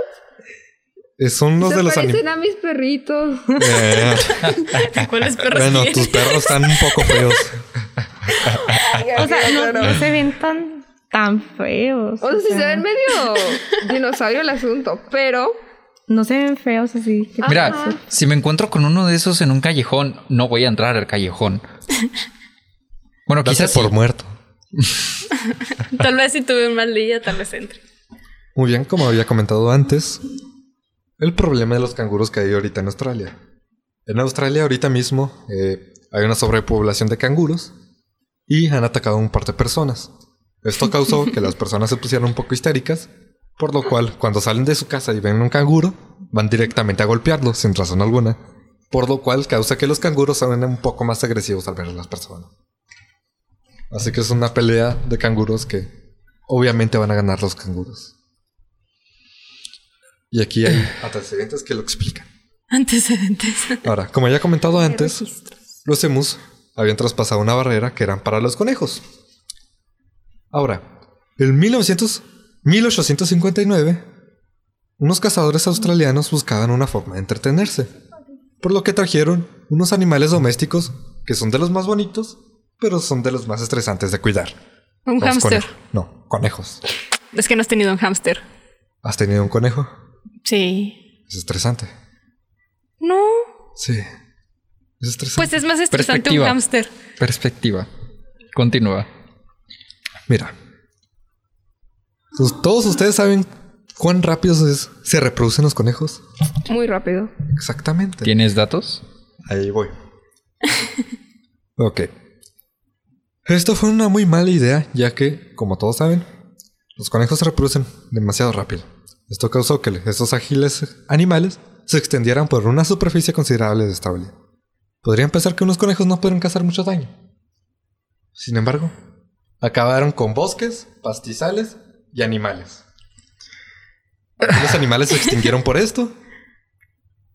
Speaker 5: Eh, Son los
Speaker 2: se
Speaker 5: de los
Speaker 2: parecen
Speaker 5: animales.
Speaker 2: a mis perritos.
Speaker 4: <laughs> ¿Cuáles perros
Speaker 5: bueno,
Speaker 4: tienes?
Speaker 5: tus perros están un poco feos.
Speaker 3: O sea, no, no se ven tan, tan feos.
Speaker 2: O sea, sí se ven medio dinosaurio el asunto, pero
Speaker 3: No se ven feos así. que-
Speaker 1: Ah. Mira,
Speaker 2: Ajá.
Speaker 1: si me encuentro con uno de esos en un callejón, no voy a entrar al
Speaker 3: <laughs>
Speaker 1: callejón. Bueno,
Speaker 5: Date
Speaker 1: quizás
Speaker 5: por
Speaker 1: sí.
Speaker 5: muerto.
Speaker 4: <laughs> Tal vez si tuve un mal día, tal vez entre.
Speaker 5: Muy bien, como había comentado antes, el problema de los canguros que hay ahorita en Australia. En Australia ahorita mismo eh, hay una sobrepoblación de canguros y han atacado a un par de personas. Esto causó que las personas se pusieran un poco histéricas, por lo cual cuando salen de su casa y ven un canguro, van directamente a golpearlo sin razón alguna, por lo cual causa que los canguros sean un poco más agresivos al ver a las personas. Así que es una pelea de canguros que obviamente van a ganar los canguros. Y aquí hay <laughs> antecedentes que lo explican.
Speaker 4: Antecedentes.
Speaker 5: Ahora, como ya he comentado antes, los emus habían traspasado una barrera que eran para los conejos. Ahora, en 1900 1859, unos cazadores australianos buscaban una forma de entretenerse, por lo que trajeron unos animales domésticos que son de los más bonitos, pero son de los más estresantes de cuidar.
Speaker 4: Un
Speaker 5: Los
Speaker 4: hámster.
Speaker 5: conejos. No, conejos.
Speaker 4: Es que no has tenido un hámster.
Speaker 5: ¿Has tenido un conejo?
Speaker 4: Sí.
Speaker 5: Es estresante.
Speaker 4: No.
Speaker 5: Sí. Es estresante.
Speaker 4: Pues es más estresante un
Speaker 1: Perspectiva.
Speaker 4: hámster.
Speaker 1: Perspectiva. Continúa.
Speaker 5: Mira. Pues, Todos ustedes saben cuán rápido es- se reproducen los conejos.
Speaker 2: muy rápido.
Speaker 5: Exactamente.
Speaker 1: ¿Tienes datos?
Speaker 5: Ahí voy. ok. Esto fue una muy mala idea, ya que, como todos saben, los conejos se reproducen demasiado rápido. Esto causó que estos ágiles animales se extendieran por una superficie considerable de esta orilla. Podrían pensar que unos conejos no pueden causar mucho daño. Sin embargo, acabaron con bosques, pastizales y animales. Los animales se extinguieron por esto.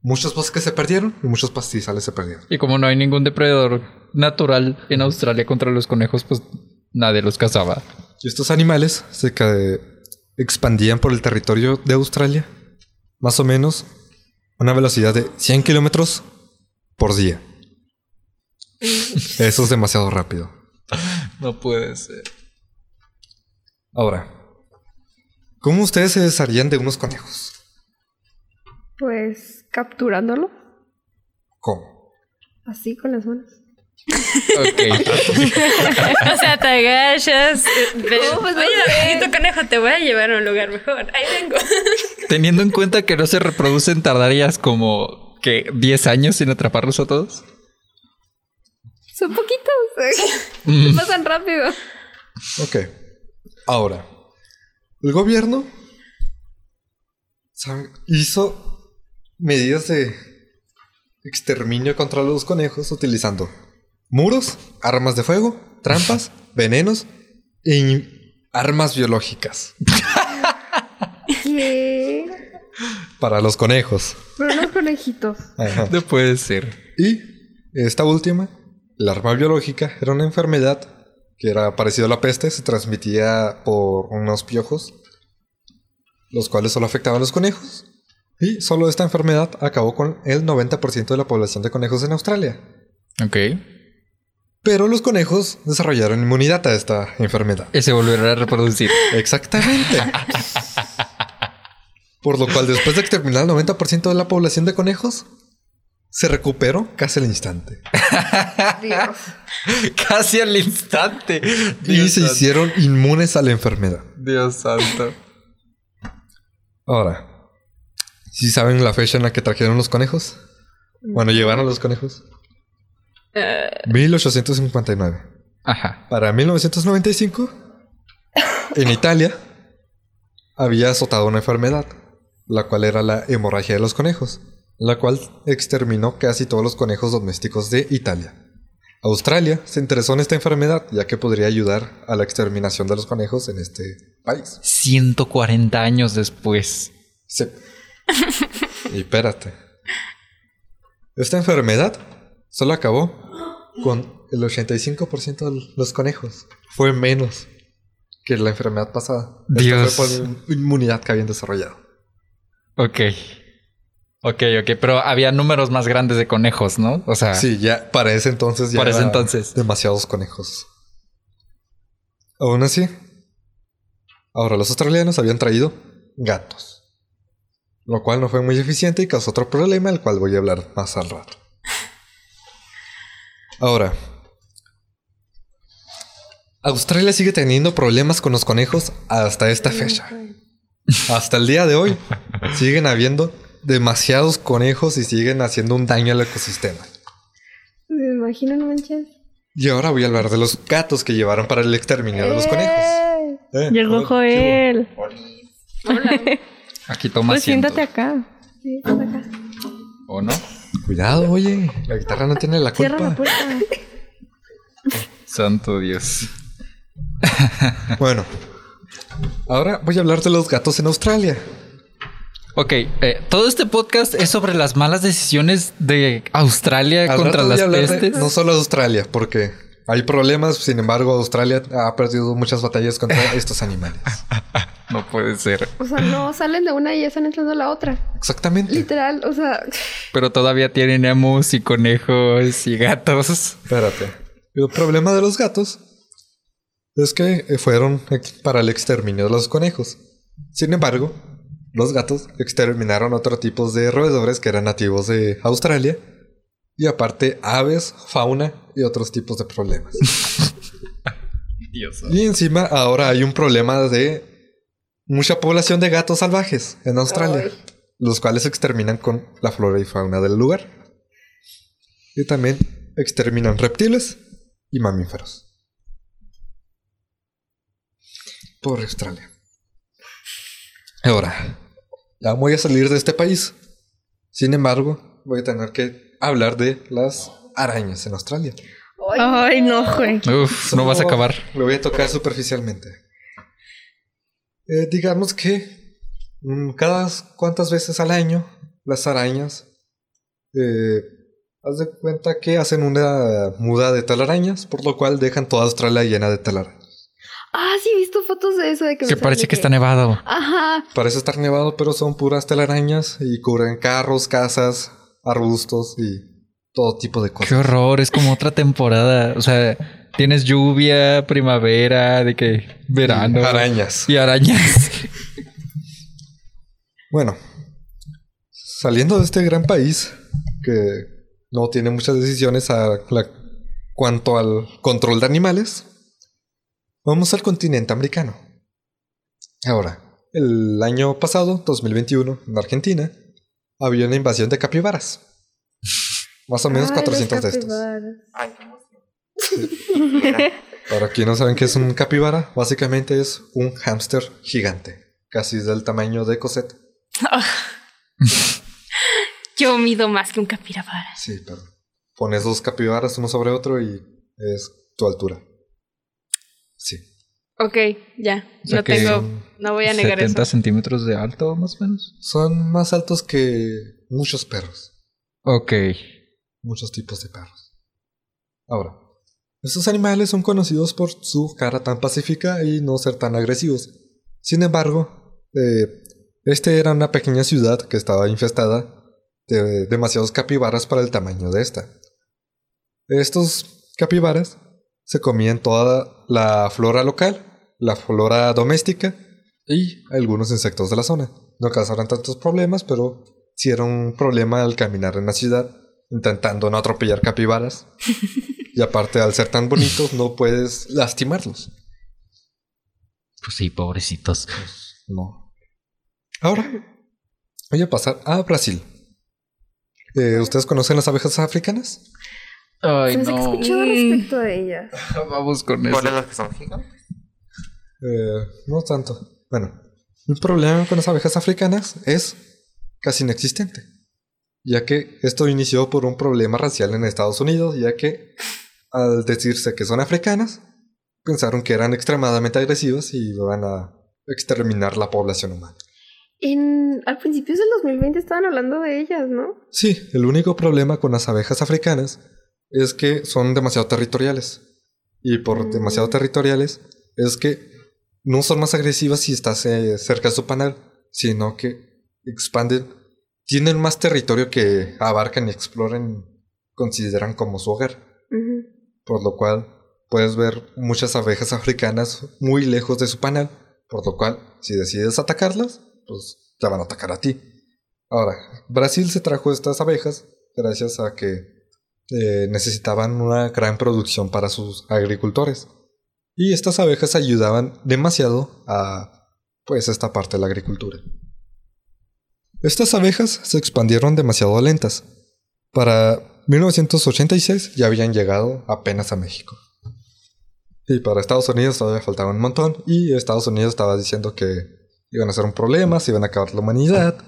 Speaker 5: Muchos bosques se perdieron y muchos pastizales se perdieron.
Speaker 1: Y como no hay ningún depredador natural en Australia contra los conejos, pues nadie los cazaba.
Speaker 5: Y estos animales se ca- expandían por el territorio de Australia, más o menos a una velocidad de 100 kilómetros por día. Eso es demasiado rápido.
Speaker 1: No puede ser.
Speaker 5: Ahora, ¿cómo ustedes se desharían de unos conejos?
Speaker 2: Pues capturándolo
Speaker 5: ¿Cómo?
Speaker 2: así con las manos.
Speaker 1: Ok.
Speaker 4: <laughs>
Speaker 1: <laughs>
Speaker 4: O sea, te agachas. eh, ves-
Speaker 2: No, pues, no
Speaker 4: Oye,
Speaker 2: sé.
Speaker 4: amiguito conejo, te voy a llevar a un lugar mejor. Ahí vengo.
Speaker 1: Teniendo en cuenta que no se reproducen, tardarías como que 10 años sin atraparlos a todos.
Speaker 2: Son poquitos.
Speaker 1: Mm.
Speaker 2: Pasan rápido.
Speaker 5: Ok. Ahora, el gobierno sa- hizo medidas de exterminio contra los conejos utilizando muros, armas de fuego, trampas, venenos y armas biológicas
Speaker 2: ¿Qué?
Speaker 5: para los conejos.
Speaker 2: Pero unos conejitos.
Speaker 5: Ajá.
Speaker 1: No puede ser.
Speaker 5: Y esta última, el arma biológica, era una enfermedad que era parecido a la peste, se transmitía por unos piojos, los cuales solo afectaban a los conejos. Y solo esta enfermedad acabó con el 90% de la población de conejos en Australia.
Speaker 1: Ok.
Speaker 5: Pero los conejos desarrollaron inmunidad a esta enfermedad.
Speaker 1: Y se volverá a reproducir. <laughs>
Speaker 5: Exactamente. Por lo cual, después de exterminar el 90% de la población de conejos, se recuperó casi al instante.
Speaker 2: Dios.
Speaker 1: Casi al instante.
Speaker 5: Y se
Speaker 1: santo.
Speaker 5: hicieron inmunes a la enfermedad.
Speaker 1: Dios santo.
Speaker 5: Ahora, ¿sí saben la fecha en la que trajeron los conejos? Bueno, llevaron los conejos. 1859.
Speaker 1: Ajá.
Speaker 5: Para 1995, en Italia, había azotado una enfermedad, la cual era la hemorragia de los conejos, la cual exterminó casi todos los conejos domésticos de Italia. Australia se interesó en esta enfermedad, ya que podría ayudar a la exterminación de los conejos en este país.
Speaker 1: 140 años después.
Speaker 5: Sí. y espérate. Esta enfermedad solo acabó con el 85% de los conejos. Fue menos que la enfermedad pasada. Esto
Speaker 1: Dios.
Speaker 5: fue por inmunidad que habían desarrollado.
Speaker 1: Ok. Ok, ok. Pero había números más grandes de conejos, ¿no? O sea,
Speaker 5: Sí, ya para ese entonces ya
Speaker 1: Ah. Para ese
Speaker 5: era
Speaker 1: entonces.
Speaker 5: demasiados conejos. Aún así, ahora los australianos habían traído gatos, lo cual no fue muy eficiente y causó otro problema, el cual voy a hablar más al rato. Ahora, Australia sigue teniendo problemas con los conejos hasta esta fecha. Hasta el día de hoy siguen habiendo demasiados conejos y siguen haciendo un daño al ecosistema.
Speaker 2: Me imagino, no manches.
Speaker 5: Y ahora voy a hablar de los gatos que llevaron para el exterminio de los conejos.
Speaker 2: ¡Eh!
Speaker 5: Eh,
Speaker 3: Llegó
Speaker 1: Oh,
Speaker 5: hola,
Speaker 3: Joel.
Speaker 1: aquí toma
Speaker 3: Pues
Speaker 1: 100.
Speaker 3: siéntate acá.
Speaker 2: Sí, por acá.
Speaker 1: ¿O no?
Speaker 5: chivo. Cuidado, oye. La guitarra no tiene la
Speaker 3: Cierra
Speaker 5: culpa.
Speaker 3: la puerta.
Speaker 1: Santo Dios.
Speaker 5: Bueno, ahora voy a hablar de los gatos en Australia.
Speaker 1: Ok, eh, todo este podcast es sobre las malas decisiones de Australia
Speaker 5: Al
Speaker 1: Eh, contra
Speaker 5: rato voy
Speaker 1: las
Speaker 5: a hablar de-
Speaker 1: pestes.
Speaker 5: no solo de Australia, porque hay problemas. Sin embargo, Australia ha perdido muchas batallas
Speaker 1: <laughs>
Speaker 5: contra estos animales.
Speaker 1: No puede ser.
Speaker 2: O sea, no salen de una y ya están entrando a la otra.
Speaker 5: Exactamente.
Speaker 2: Literal, o sea,
Speaker 1: Pero todavía tienen emus y conejos y gatos.
Speaker 5: Espérate. El problema de los gatos es que eh, fueron ex- para el exterminio de los conejos. Sin embargo, los gatos exterminaron otro tipo de roedores que eran nativos de Australia. Y aparte, aves, fauna y otros tipos de problemas.
Speaker 1: Dios.
Speaker 5: Y encima, ahora hay un problema de mucha población de gatos salvajes en Australia,
Speaker 2: Ay.
Speaker 5: los cuales exterminan con la flora y fauna del lugar. Y también exterminan reptiles y mamíferos. Por Australia. Ahora, ya voy a salir de este país. Sin embargo, voy a tener que hablar de las arañas en Australia.
Speaker 3: Ay, no, Joel.
Speaker 1: Uf, no vas a
Speaker 5: Solo
Speaker 1: acabar.
Speaker 5: Lo voy a tocar superficialmente. Eh, digamos que mm, cada cuantas veces al año las arañas eh, haz de cuenta que hacen una muda de telarañas, por lo cual dejan toda Australia llena de telarañas.
Speaker 2: Ah, sí, he visto fotos de eso. De que, me
Speaker 1: Que
Speaker 2: salen
Speaker 1: parece
Speaker 2: de
Speaker 1: que está nevado.
Speaker 4: Ah.
Speaker 2: Ajá.
Speaker 5: Parece estar nevado, pero son puras telarañas y cubren carros, casas, arbustos y todo tipo de
Speaker 1: Qué
Speaker 5: cosas.
Speaker 1: horror, es como otra temporada. O sea, tienes lluvia, primavera, de que verano.
Speaker 5: Y arañas.
Speaker 1: Y arañas.
Speaker 5: Bueno, saliendo de este gran país que no tiene muchas decisiones a la- cuanto al control de animales, vamos al continente americano. Ahora, el año pasado, 2021, en Argentina, había una invasión de capibaras. Más o menos
Speaker 2: Ay, los
Speaker 5: 400 de estos.
Speaker 2: capibaras.
Speaker 5: Para quienes no saben qué es un capibara, básicamente es un hámster gigante. Casi es del tamaño de Cosette.
Speaker 4: <laughs> Yo mido más que un capirabara.
Speaker 5: Sí, pero pones dos capibaras uno sobre otro y es tu altura. Sí. Eh,
Speaker 4: Ok, ya.
Speaker 1: O sea
Speaker 4: no
Speaker 1: que
Speaker 4: tengo.
Speaker 5: son-
Speaker 4: No voy a negar
Speaker 1: 70
Speaker 4: eso.
Speaker 1: centímetros de alto, más o menos.
Speaker 5: Son más altos que muchos perros.
Speaker 1: Ok.
Speaker 5: muchos tipos de perros. Ahora, estos animales son conocidos por su cara tan pacífica y no ser tan agresivos. Sin embargo, eh, este era una pequeña ciudad que estaba infestada de demasiados capibaras para el tamaño de esta. Estos capibaras se comían toda la flora local, la flora doméstica y algunos insectos de la zona. No causaron tantos problemas, pero sí era un problema al caminar en la ciudad, intentando no atropellar capibaras. y aparte, al ser tan bonitos, no puedes lastimarlos.
Speaker 1: Pues sí, pobrecitos.
Speaker 5: Pues, No. Ahora, voy a pasar a Brasil. Eh, ¿Ustedes conocen las abejas africanas?
Speaker 1: Ay,
Speaker 2: Pensé que he
Speaker 1: no.
Speaker 2: escuchado respecto de ella.
Speaker 1: Vamos con eso.
Speaker 6: ¿Cuáles las que son gigantes?
Speaker 5: Eh, no tanto. Bueno, el problema con las abejas africanas es casi inexistente, ya que esto inició por un problema racial en Estados Unidos, ya que al decirse que son africanas, pensaron que eran extremadamente agresivas y van a exterminar la población humana.
Speaker 2: En, al principio del 2020 estaban hablando de ellas, ¿no?
Speaker 5: Sí, el único problema con las abejas africanas es que son demasiado territoriales. Y por
Speaker 2: Mm.
Speaker 5: demasiado territoriales es que no son más agresivas si estás eh, cerca de su panal, sino que expanden, tienen más territorio que abarcan y exploran y consideran como su hogar.
Speaker 2: Ujú.
Speaker 5: Por lo cual puedes ver muchas abejas africanas muy lejos de su panal, por lo cual si decides atacarlas, pues te van a atacar a ti. Ahora, Brasil se trajo estas abejas gracias a que eh, necesitaban una gran producción para sus agricultores. Y estas abejas ayudaban demasiado a pues esta parte de la agricultura. Estas abejas se expandieron demasiado lentas. Para 1986 ya habían llegado apenas a México. Y para Estados Unidos todavía faltaba un montón. Y Estados Unidos estaba diciendo que iban a ser un problema, se iban a acabar la humanidad.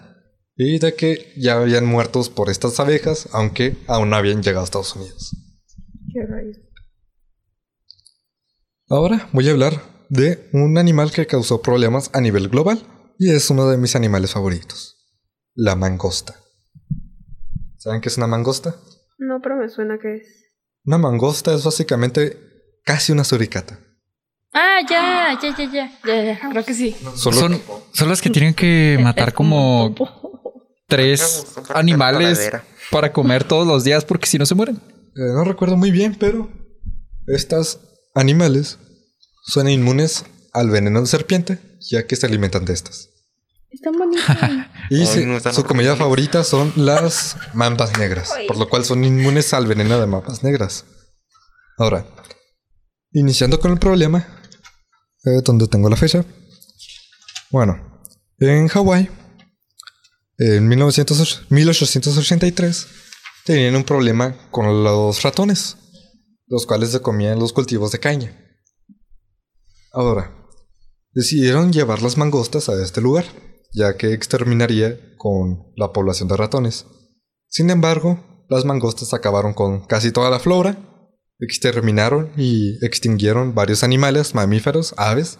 Speaker 5: Y de que ya habían muertos por estas abejas, aunque aún no habían llegado a Estados Unidos.
Speaker 2: Qué rayos.
Speaker 5: Ahora voy a hablar de un animal que causó problemas a nivel global y es uno de mis animales favoritos. La mangosta. ¿Saben qué es una mangosta?
Speaker 2: No, pero me suena que es.
Speaker 5: Una mangosta es básicamente casi una suricata.
Speaker 4: Ah, ya, ya, ya, ya. Ya, ya. Ah, Creo que sí.
Speaker 5: Solo
Speaker 1: Son, son las que tienen que matar como tres animales para comer todos los días porque si no se mueren.
Speaker 5: Eh, no recuerdo muy bien, pero estas animales son inmunes al veneno de serpiente, ya que se alimentan de estas.
Speaker 3: Están bonitos.
Speaker 5: Y
Speaker 6: Ay,
Speaker 5: se-
Speaker 6: no están
Speaker 5: su comida
Speaker 6: horribles.
Speaker 5: favorita son las mambas negras, por lo cual son inmunes al veneno de mambas negras. Ahora, iniciando con el problema, eh, donde tengo la fecha. Bueno, en Hawái, en 1908 1883, tenían un problema con los ratones, los cuales se comían los cultivos de caña. Ahora, decidieron llevar las mangostas a este lugar, ya que exterminaría con la población de ratones. Sin embargo, las mangostas acabaron con casi toda la flora, exterminaron y extinguieron varios animales, mamíferos, aves,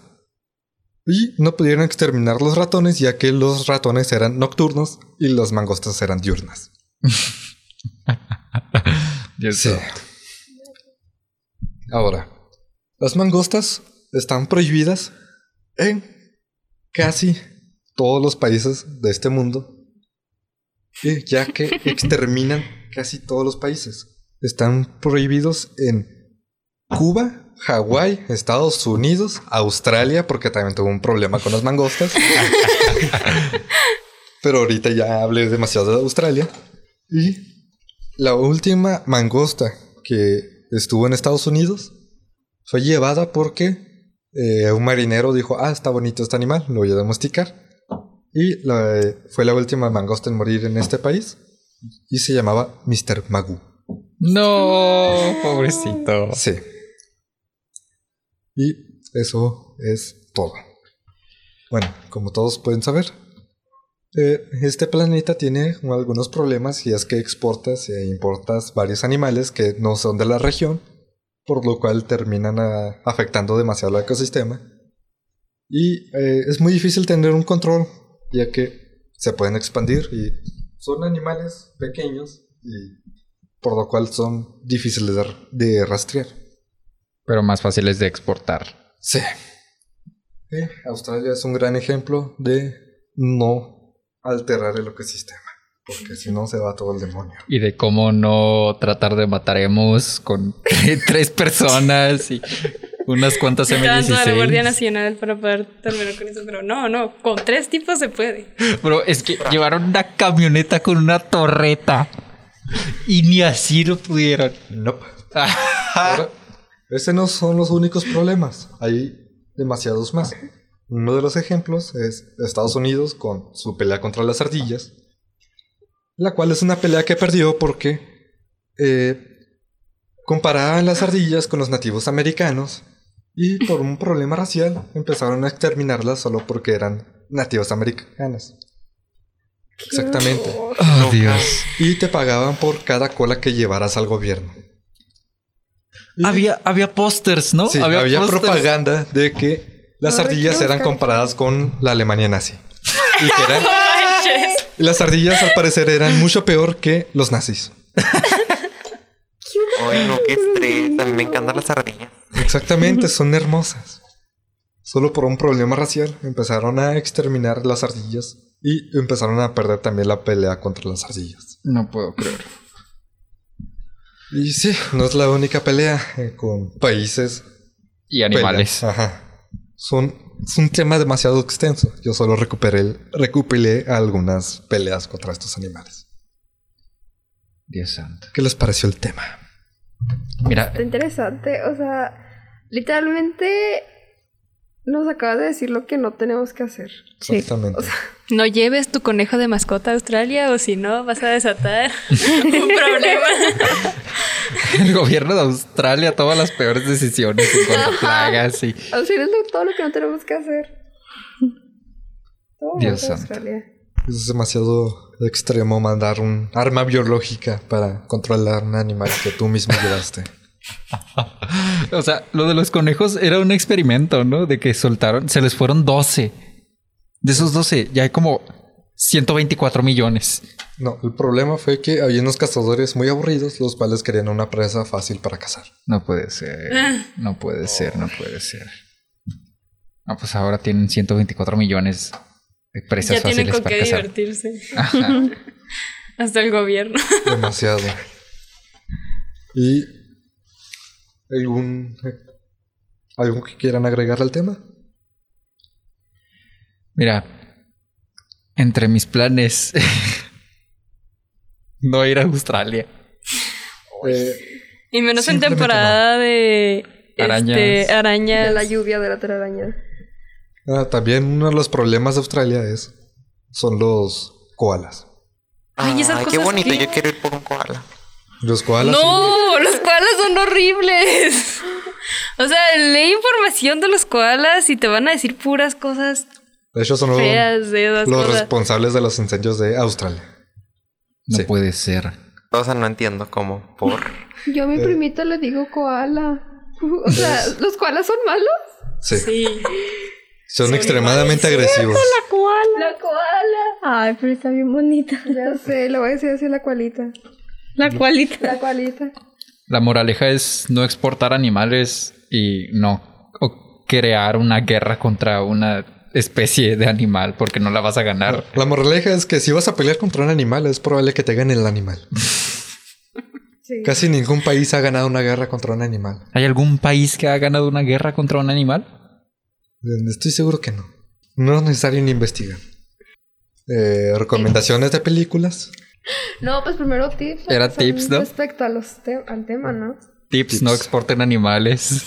Speaker 5: y no pudieron exterminar los ratones ya que los ratones eran nocturnos y las mangostas eran diurnas. Sí. Ahora, las mangostas están prohibidas en casi todos los países de este mundo, y ya que exterminan casi todos los países. Están prohibidos en Cuba, Hawái, Estados Unidos, Australia, porque también tuvo un problema con las mangostas. Pero ahorita ya hablé demasiado de Australia. Y la última mangosta que estuvo en Estados Unidos fue llevada porque eh, un marinero dijo, ah, está bonito este animal, lo voy a domesticar. Y la- eh, fue la última mangosta en morir en este país y se llamaba Mr. Magoo.
Speaker 1: No, <laughs> pobrecito.
Speaker 5: Sí. Y eso es todo. Bueno, como todos pueden saber, eh, este planeta tiene algunos problemas y es que exportas e importas varios animales que no son de la región, por lo cual terminan ah, afectando demasiado al ecosistema. Y eh, es muy difícil tener un control, ya que se pueden expandir y son animales pequeños y por lo cual son difíciles de, de rastrear.
Speaker 1: Pero más fáciles de exportar.
Speaker 5: Sí. Eh, Australia es un gran ejemplo de no alterar el ecosistema, porque si no se va todo el demonio.
Speaker 1: Y de cómo no tratar de mataremos con <laughs> tres personas y unas cuantas
Speaker 4: Tanto a la Guardia
Speaker 1: M16.
Speaker 4: Nacional para poder terminar con eso, pero no, no, con tres tipos se puede.
Speaker 1: Bro, es que llevaron una camioneta con una torreta. Y ni así lo <laughs> pudieron. Ah,
Speaker 5: No. Ese no son los únicos problemas. Hay demasiados más. Uno de los ejemplos es Estados Unidos con su pelea contra las ardillas, la cual es una pelea que perdió porque eh, comparaban las ardillas con los nativos americanos y por un problema racial empezaron a exterminarlas solo porque eran nativas americanas. Exactamente.
Speaker 1: Oh, Dios.
Speaker 5: Y te pagaban por cada cola que llevaras al gobierno. Y-
Speaker 1: Había, había pósters, ¿no?
Speaker 5: Sí, había,
Speaker 1: pósters.
Speaker 5: propaganda de que las
Speaker 2: Ay,
Speaker 5: ardillas
Speaker 2: qué
Speaker 5: eran
Speaker 2: asco.
Speaker 5: comparadas con la Alemania nazi. Y que eran-
Speaker 4: Manches.
Speaker 5: y las ardillas al parecer eran mucho peor que los nazis.
Speaker 6: Ay, no, qué estrés. A mí me encantan las ardillas.
Speaker 5: Exactamente, son hermosas. Solo por un problema racial empezaron a exterminar las ardillas y empezaron a perder también la pelea contra las ardillas.
Speaker 1: No puedo creer.
Speaker 5: Y sí, no es la única pelea eh, con países.
Speaker 1: Y animales.
Speaker 5: pelean. Ajá. Son, es un tema demasiado extenso. Yo solo recuperé, recopilé algunas peleas contra estos animales.
Speaker 1: Dios santo.
Speaker 5: ¿Qué les pareció el tema?
Speaker 1: Mira,
Speaker 2: Está interesante. O sea, literalmente nos acabas de decir lo que no tenemos que hacer.
Speaker 3: Sí.
Speaker 5: Exactamente.
Speaker 4: No lleves tu conejo de mascota a Australia o si no vas a desatar <laughs> un problema.
Speaker 1: <laughs> el gobierno de Australia toma las peores decisiones en cuanto a plagas y
Speaker 2: O sea, es lo- todo lo que no tenemos que hacer. Todo
Speaker 1: Dios
Speaker 2: de
Speaker 1: santo.
Speaker 2: Australia.
Speaker 5: Es demasiado extremo mandar un arma biológica para controlar un animal que tú mismo llevaste.
Speaker 1: O sea, lo de los conejos era un experimento, ¿no? De que soltaron, se les fueron 12. De esos 12, ya hay como 124 millones.
Speaker 5: No, el problema fue que había unos cazadores muy aburridos, los cuales querían una presa fácil para cazar.
Speaker 1: No puede ser.
Speaker 4: Ah.
Speaker 1: No puede ser, no puede ser. Ah, pues ahora tienen 124 millones de presas
Speaker 4: ya tienen
Speaker 1: fáciles
Speaker 4: con
Speaker 1: para
Speaker 4: qué
Speaker 1: cazar.
Speaker 4: divertirse.
Speaker 1: Ajá.
Speaker 4: <laughs> Hasta el gobierno.
Speaker 5: Demasiado. ¿Y algún, algo que quieran agregar al tema?
Speaker 1: Mira, entre mis planes, <laughs> no ir a Australia.
Speaker 5: Eh,
Speaker 4: Y menos en
Speaker 5: Simplemente
Speaker 4: temporada de
Speaker 1: Arañas.
Speaker 4: este, arañas.
Speaker 2: De la lluvia de la telaraña.
Speaker 4: Pues,
Speaker 5: ah, también uno de los problemas de Australia es son los koalas.
Speaker 4: Ay, esas
Speaker 6: Ay, qué
Speaker 4: cosas
Speaker 6: bonito.
Speaker 4: que-
Speaker 6: Yo quiero ir por un koala.
Speaker 5: Los koalas
Speaker 4: No, los koalas son horribles. O sea, lee información de los koalas y te van a decir puras cosas
Speaker 5: De hecho, son
Speaker 1: Oh.
Speaker 5: los,
Speaker 4: feas de esas
Speaker 5: los
Speaker 4: cosas.
Speaker 5: responsables de los incendios de Australia.
Speaker 1: No
Speaker 5: Sí.
Speaker 1: puede ser.
Speaker 6: O sea, no entiendo cómo. Por.
Speaker 2: Yo a mi
Speaker 5: Eh.
Speaker 2: primita le digo koala. <laughs>
Speaker 1: <laughs>
Speaker 2: O sea, ¿los koalas son malos?
Speaker 5: Sí.
Speaker 4: Sí.
Speaker 5: Son, extremadamente agresivos.
Speaker 2: La koala.
Speaker 3: Ay, pero está bien bonita.
Speaker 2: <laughs> Ya sé, le voy a decir así a la cualita.
Speaker 3: La cualita.
Speaker 2: La cualita.
Speaker 1: La moraleja es no exportar animales y no o crear una guerra contra una especie de animal porque no la vas a ganar.
Speaker 5: La moraleja es que si vas a pelear contra un animal, es probable que te gane el animal.
Speaker 2: Sí.
Speaker 5: Casi ningún país ha ganado una guerra contra un animal.
Speaker 1: ¿Hay algún país que ha ganado una guerra contra un animal?
Speaker 5: Estoy seguro que no. No es necesario ni investigar. Eh, recomendaciones de películas.
Speaker 2: No, pues primero tips.
Speaker 1: Era
Speaker 2: o sea,
Speaker 1: tips, ¿no?
Speaker 2: Respecto a los te- al tema, ¿no?
Speaker 1: Tips,
Speaker 5: Tips.
Speaker 1: no exporten animales.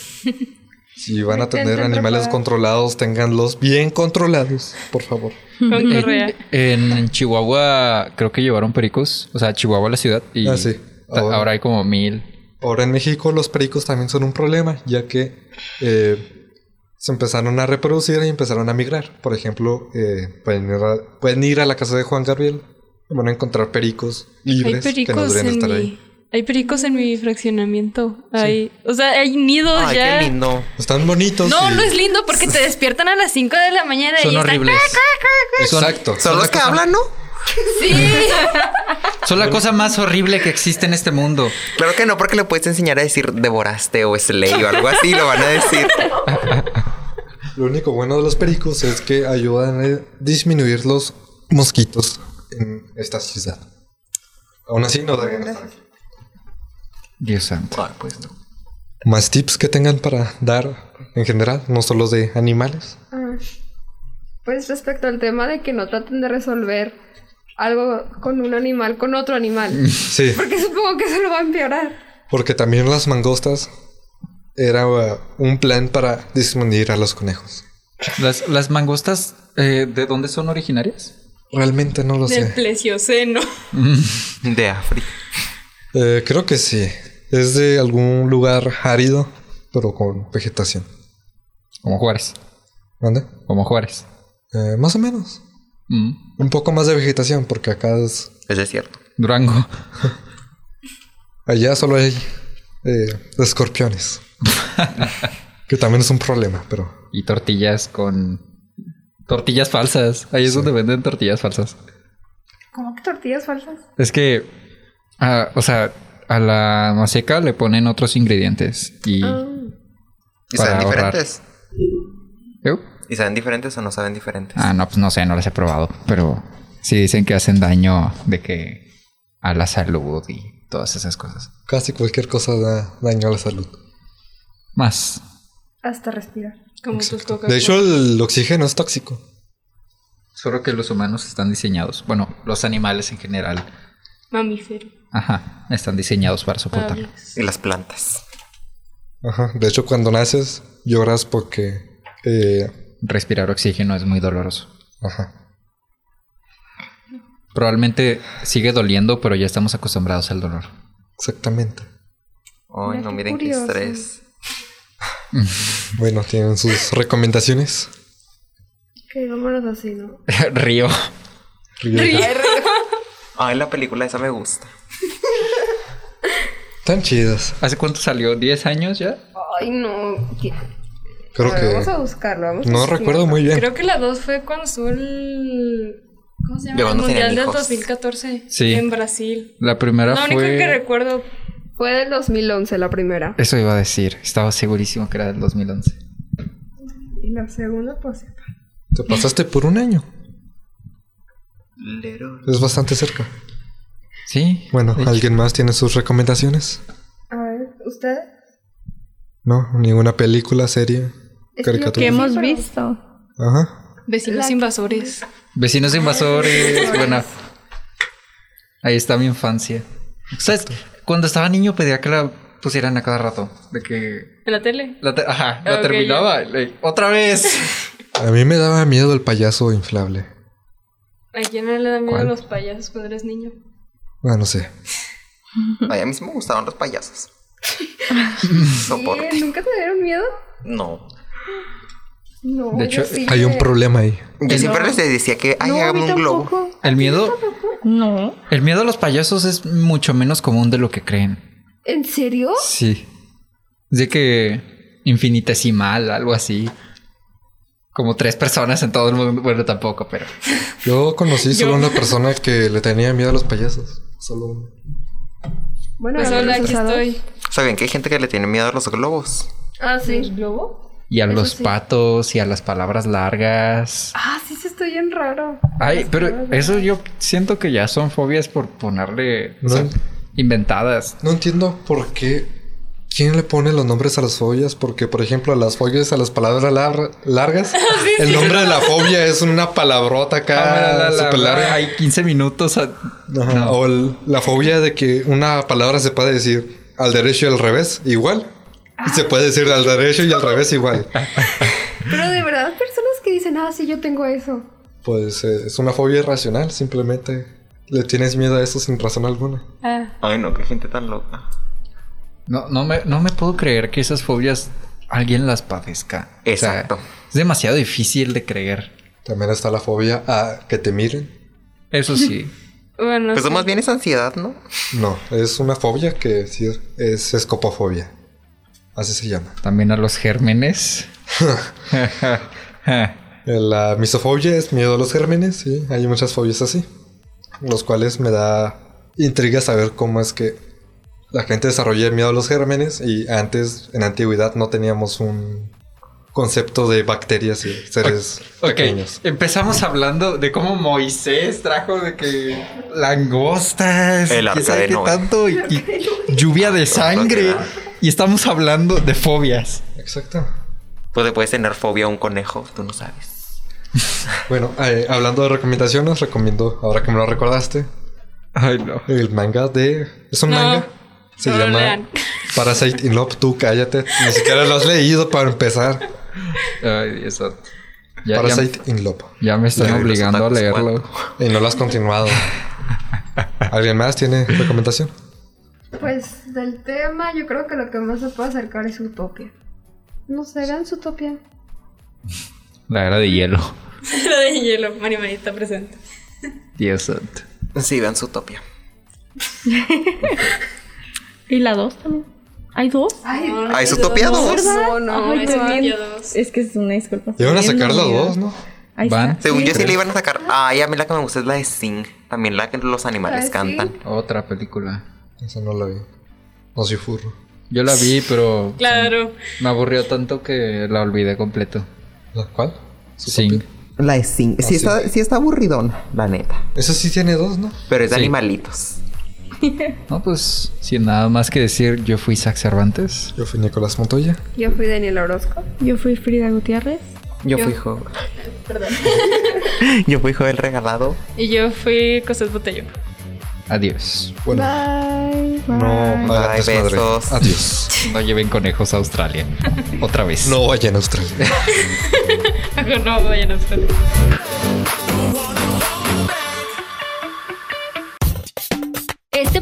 Speaker 5: Si van a tener
Speaker 2: Intenten
Speaker 5: animales
Speaker 2: preparar.
Speaker 5: controlados, tenganlos bien controlados, por favor.
Speaker 4: Con
Speaker 1: Eh,
Speaker 4: correa.
Speaker 1: En, Chihuahua creo que llevaron pericos, o sea, Chihuahua la ciudad y
Speaker 5: Ah, sí.
Speaker 1: Ta-
Speaker 5: Ahora-
Speaker 1: Ahora hay como mil.
Speaker 5: Ahora en México los pericos también son un problema, ya que eh, se empezaron a reproducir y empezaron a migrar. Por ejemplo, eh, pueden, ir a, pueden ir a la casa de Juan Gabriel y van a encontrar pericos
Speaker 4: Hay
Speaker 5: libres que no
Speaker 4: pericos
Speaker 5: deberían
Speaker 4: en
Speaker 5: estar
Speaker 4: mi.
Speaker 5: ahí.
Speaker 4: Hay pericos en mi fraccionamiento. Hay, o sea, hay nidos
Speaker 6: Ay,
Speaker 4: ya.
Speaker 6: qué lindo.
Speaker 5: Están bonitos.
Speaker 4: No,
Speaker 5: y-
Speaker 4: no es lindo porque te despiertan a las 5 de la mañana y
Speaker 1: Son
Speaker 4: están-
Speaker 1: horribles. Son-
Speaker 5: Exacto.
Speaker 6: Son los que hablan, ¿no?
Speaker 4: Sí.
Speaker 1: Son la cosa más horrible que existe en este mundo.
Speaker 6: Claro que no, porque le puedes enseñar a decir devoraste o slay o algo así, lo van a decir.
Speaker 5: Lo único bueno de los pericos es que ayudan a disminuir los mosquitos en esta ciudad. Aún así, no deberían estar aquí.
Speaker 1: Dios santo.
Speaker 6: Ay, pues no.
Speaker 5: Más tips que tengan para dar en general, no solo los de animales.
Speaker 2: Ah. Pues respecto al tema de que no traten de resolver algo con un animal, con
Speaker 1: <laughs>
Speaker 2: otro animal.
Speaker 5: Sí.
Speaker 2: Porque supongo que eso lo va a empeorar.
Speaker 5: Porque también las mangostas era uh, un plan para disminuir a los conejos.
Speaker 1: ¿Las, las mangostas eh, de dónde son originarias?
Speaker 5: Realmente no lo
Speaker 4: Del
Speaker 5: sé.
Speaker 4: plesioceno.
Speaker 6: De África.
Speaker 5: Eh, creo que sí. Es de algún lugar árido, pero con vegetación.
Speaker 1: Como Juárez.
Speaker 5: ¿Anda?
Speaker 1: Como Juárez.
Speaker 5: Eh, más o menos.
Speaker 1: Mm.
Speaker 5: Un poco más de vegetación, porque acá es.
Speaker 6: Eso es cierto.
Speaker 1: Durango.
Speaker 5: Allá solo hay eh, escorpiones. que también es un problema, pero.
Speaker 1: Y tortillas con... Tortillas falsas. Ahí es donde venden tortillas falsas.
Speaker 2: ¿Cómo que tortillas falsas?
Speaker 1: Es que... ah, o sea, a la maseca le ponen otros ingredientes. Y...
Speaker 2: Ah.
Speaker 6: ¿Y
Speaker 1: Para
Speaker 6: saben
Speaker 1: ahorrar.
Speaker 6: diferentes?
Speaker 1: ¿Eu?
Speaker 6: ¿Y saben diferentes o no saben diferentes?
Speaker 1: Ah, no, pues no sé, no las he probado. Pero sí dicen que hacen daño de que... A la salud y todas esas cosas.
Speaker 5: Casi cualquier cosa da daño a la salud.
Speaker 1: Más.
Speaker 2: Hasta respirar.
Speaker 4: Como tus coca
Speaker 5: De hecho, el oxígeno es tóxico.
Speaker 1: Solo que los humanos están diseñados. Bueno, los animales en general.
Speaker 4: Mamífero.
Speaker 1: Ajá. Están diseñados para soportarlo.
Speaker 4: Aves.
Speaker 6: Y las plantas.
Speaker 5: Ajá. De hecho, cuando naces, lloras porque. eh,
Speaker 1: Respirar oxígeno es muy doloroso.
Speaker 5: ajá.
Speaker 1: Probablemente sigue doliendo, pero ya estamos acostumbrados al dolor. <laughs>
Speaker 5: Exactamente.
Speaker 6: Ay,
Speaker 2: Mira,
Speaker 6: no,
Speaker 2: qué
Speaker 6: miren qué
Speaker 2: curioso.
Speaker 6: estrés.
Speaker 5: Bueno,
Speaker 2: <laughs>
Speaker 5: tienen sus recomendaciones.
Speaker 2: Que vámonos así, ¿no?
Speaker 1: Río.
Speaker 5: Riega.
Speaker 6: Ay, la película esa me gusta.
Speaker 5: Tan chidas.
Speaker 1: ¿Hace cuánto salió? ¿10 años ya?
Speaker 2: Ay, no.
Speaker 5: Creo
Speaker 2: A ver, Vamos a
Speaker 5: que.
Speaker 2: buscarlo. Vamos a
Speaker 5: No
Speaker 2: buscarlo.
Speaker 5: recuerdo muy bien.
Speaker 4: Creo que la 2 fue cuando estuvo el. ¿Cómo se llama?
Speaker 6: Yo
Speaker 4: El
Speaker 6: cuando
Speaker 4: Mundial
Speaker 6: tenían
Speaker 4: del
Speaker 6: hijos.
Speaker 4: 2014.
Speaker 1: Sí.
Speaker 4: En Brasil.
Speaker 1: La primera
Speaker 4: La única
Speaker 1: fue...
Speaker 4: que recuerdo.
Speaker 2: Fue del 2011 la primera.
Speaker 1: Eso iba a decir. Estaba segurísimo que era del 2011.
Speaker 2: Y la segunda, pues.
Speaker 5: Te pasaste por un año. Es bastante cerca.
Speaker 1: Sí.
Speaker 5: Bueno,
Speaker 1: De hecho.
Speaker 5: ¿alguien más tiene sus recomendaciones?
Speaker 2: A ver, ¿usted?
Speaker 5: No, ninguna película, serie,
Speaker 2: Es que yo
Speaker 5: caricatura.
Speaker 3: Que
Speaker 2: Sí,
Speaker 3: hemos
Speaker 2: pero-
Speaker 3: visto.
Speaker 5: Ajá.
Speaker 4: Vecinos invasores.
Speaker 1: Vecinos
Speaker 4: <laughs>
Speaker 1: invasores. bueno. Ahí está mi infancia. ¿Sabes? Cuando estaba niño pedía que la pusieran a cada rato. De que...
Speaker 4: En la <laughs> tele.
Speaker 1: La te- Ajá, la
Speaker 4: Ok,
Speaker 1: terminaba. le- Otra vez.
Speaker 5: A mí me daba miedo el payaso inflable.
Speaker 4: ¿A quién no le dan miedo
Speaker 1: ¿Cuál?
Speaker 4: los payasos cuando eres niño?
Speaker 5: Ah, no sé.
Speaker 6: Ay, a mí sí me gustaban
Speaker 4: <laughs>
Speaker 6: los payasos.
Speaker 2: Sí,
Speaker 6: Soporte.
Speaker 2: ¿Nunca te dieron miedo?
Speaker 6: No.
Speaker 2: No.
Speaker 1: De
Speaker 2: yo
Speaker 1: hecho,
Speaker 2: sí,
Speaker 5: Hay un
Speaker 2: eh.
Speaker 5: problema ahí.
Speaker 6: Yo siempre les decía que, ay,
Speaker 2: No, a mí
Speaker 6: hágame un globo.
Speaker 2: tampoco.
Speaker 1: El miedo...
Speaker 3: No.
Speaker 1: El miedo a los payasos es mucho menos común de lo que creen.
Speaker 2: ¿En serio?
Speaker 1: Sí. De que infinitesimal, algo así. Como tres personas en todo el mundo. Bueno, tampoco, pero.
Speaker 5: Yo conocí solo una persona que le tenía miedo a los payasos. Solo una.
Speaker 2: Bueno,
Speaker 4: Pues
Speaker 2: ahora
Speaker 4: hola,
Speaker 2: los
Speaker 4: aquí
Speaker 2: usados.
Speaker 4: estoy.
Speaker 6: ¿Saben que hay gente que le tiene miedo a los globos?
Speaker 2: Ah, sí.
Speaker 1: Y a
Speaker 2: Eso
Speaker 1: los
Speaker 2: sí.
Speaker 1: patos y a las palabras largas.
Speaker 2: Ah, sí, sí, estoy bien raro.
Speaker 1: Ay,
Speaker 2: Las
Speaker 1: pero
Speaker 2: palabras
Speaker 1: eso yo siento que ya son fobias por ponerle. o sea,
Speaker 5: No.
Speaker 1: inventadas.
Speaker 5: No entiendo por qué. ¿Quién le pone los nombres a las fobias? Porque, por ejemplo, a las fobias, a las palabras lar-
Speaker 1: <laughs>
Speaker 5: largas, el nombre de la fobia es una palabrota
Speaker 1: Ah, la,
Speaker 5: acá
Speaker 1: la, la,
Speaker 5: súper larga.
Speaker 1: Hay 15 minutos. a-
Speaker 5: Ajá,
Speaker 1: No.
Speaker 5: O el- la fobia de que una palabra se puede decir al derecho y al revés igual.
Speaker 1: Ah.
Speaker 5: Y se puede decir al derecho y al revés igual.
Speaker 2: Pero de verdad, personas que dicen, ah, sí, yo tengo eso.
Speaker 5: Pues eh, es una fobia irracional, simplemente Le tienes miedo a eso sin razón alguna.
Speaker 4: Ah,
Speaker 6: Ay, no, qué gente tan loca.
Speaker 1: No, no, me, no me puedo creer que esas fobias alguien las padezca. O sea,
Speaker 6: Exacto.
Speaker 1: es demasiado difícil de creer.
Speaker 5: También está la fobia a que te miren.
Speaker 1: Eso
Speaker 6: <laughs>
Speaker 1: sí.
Speaker 4: bueno.
Speaker 6: Pues
Speaker 4: sí.
Speaker 6: más bien es ansiedad, ¿no?
Speaker 5: No, es una fobia que sí es, es escopofobia. Así se llama.
Speaker 1: También a los gérmenes.
Speaker 5: La misofobia es miedo a los gérmenes, sí. Hay muchas fobias así. Los cuales me da intriga saber cómo es que la gente desarrolla el miedo a los gérmenes y antes, en antigüedad, no teníamos un concepto de bacterias y seres
Speaker 1: ok,
Speaker 5: pequeños.
Speaker 1: empezamos hablando de cómo Moisés trajo de que langostas,
Speaker 6: El arca
Speaker 1: quién sabe
Speaker 6: de
Speaker 1: qué
Speaker 6: Noé.
Speaker 1: tanto, y, y lluvia de sangre. Y estamos hablando de fobias.
Speaker 5: Exacto.
Speaker 6: Pues le puedes tener fobia a un conejo, tú no sabes.
Speaker 5: Bueno, eh, hablando de recomendaciones, recomiendo, ahora que me lo recordaste,
Speaker 1: Ay, no.
Speaker 5: el manga de... ¿Es un
Speaker 4: No,
Speaker 5: manga? Se
Speaker 4: no lo
Speaker 5: llama
Speaker 4: lean.
Speaker 5: <laughs> Parasite in Love, tú cállate. Ni siquiera lo has leído para empezar.
Speaker 1: Ay, eso. Ya, ya-
Speaker 5: Parasite in Love.
Speaker 1: ya me están
Speaker 6: Ya, los
Speaker 1: obligando a
Speaker 6: otakus,
Speaker 1: leerlo.
Speaker 5: Y no lo has continuado. ¿Alguien más tiene recomendación?
Speaker 2: Pues del tema, yo creo que lo que más se puede acercar es Utopia. No sé, vean Utopia.
Speaker 1: La era de hielo.
Speaker 4: La de hielo, Mari Mari está presente.
Speaker 1: Dios santo.
Speaker 6: Sí, vean su topia.
Speaker 3: Y la dos también. ¿Hay dos?
Speaker 2: Ay,
Speaker 6: Ah, ¿es Utopia dos?
Speaker 2: No, Oh, no,
Speaker 3: Ay,
Speaker 4: es
Speaker 3: perdón.
Speaker 4: Utopia dos.
Speaker 3: Es que es una disculpa.
Speaker 5: Iban a sacar
Speaker 3: Bien,
Speaker 5: las
Speaker 3: amiga.
Speaker 5: dos, ¿no?
Speaker 3: Ahí
Speaker 1: Van.
Speaker 3: está.
Speaker 6: Según yo sí le iban a sacar. Ay, a mí la que me gusta es la de Sing. También la que los animales
Speaker 2: Ay, sí.
Speaker 6: cantan.
Speaker 1: Otra película.
Speaker 5: Esa no la vi. No soy furro.
Speaker 1: Yo la vi, pero
Speaker 4: Claro.
Speaker 1: me aburrió tanto que la olvidé completo.
Speaker 5: ¿La cual?
Speaker 1: Sing.
Speaker 6: La de Sing.
Speaker 5: sí está-
Speaker 6: Ah, sí está aburridón, la neta.
Speaker 5: Esa sí tiene dos, ¿no?
Speaker 6: Pero es de
Speaker 1: Sí.
Speaker 6: animalitos.
Speaker 1: No, pues, sin nada más que decir, yo fui Zack Cervantes.
Speaker 5: Yo fui Nicolás Montoya.
Speaker 2: Yo fui Daniel Orozco.
Speaker 3: Yo fui Frida Gutiérrez.
Speaker 6: Yo,
Speaker 2: <laughs>
Speaker 6: fui hijo. <laughs> Yo fui hijo del regalado.
Speaker 4: Y yo fui Cosette Botello.
Speaker 1: Adiós.
Speaker 5: Bueno,
Speaker 3: Bye. Bye.
Speaker 5: no hagan
Speaker 6: Bye,
Speaker 5: desmadre.
Speaker 6: besos. <laughs>
Speaker 5: Adiós.
Speaker 1: No lleven conejos a Australia. Otra vez.
Speaker 5: No vayan a Australia.
Speaker 4: no, vayan a ustedes.
Speaker 7: Este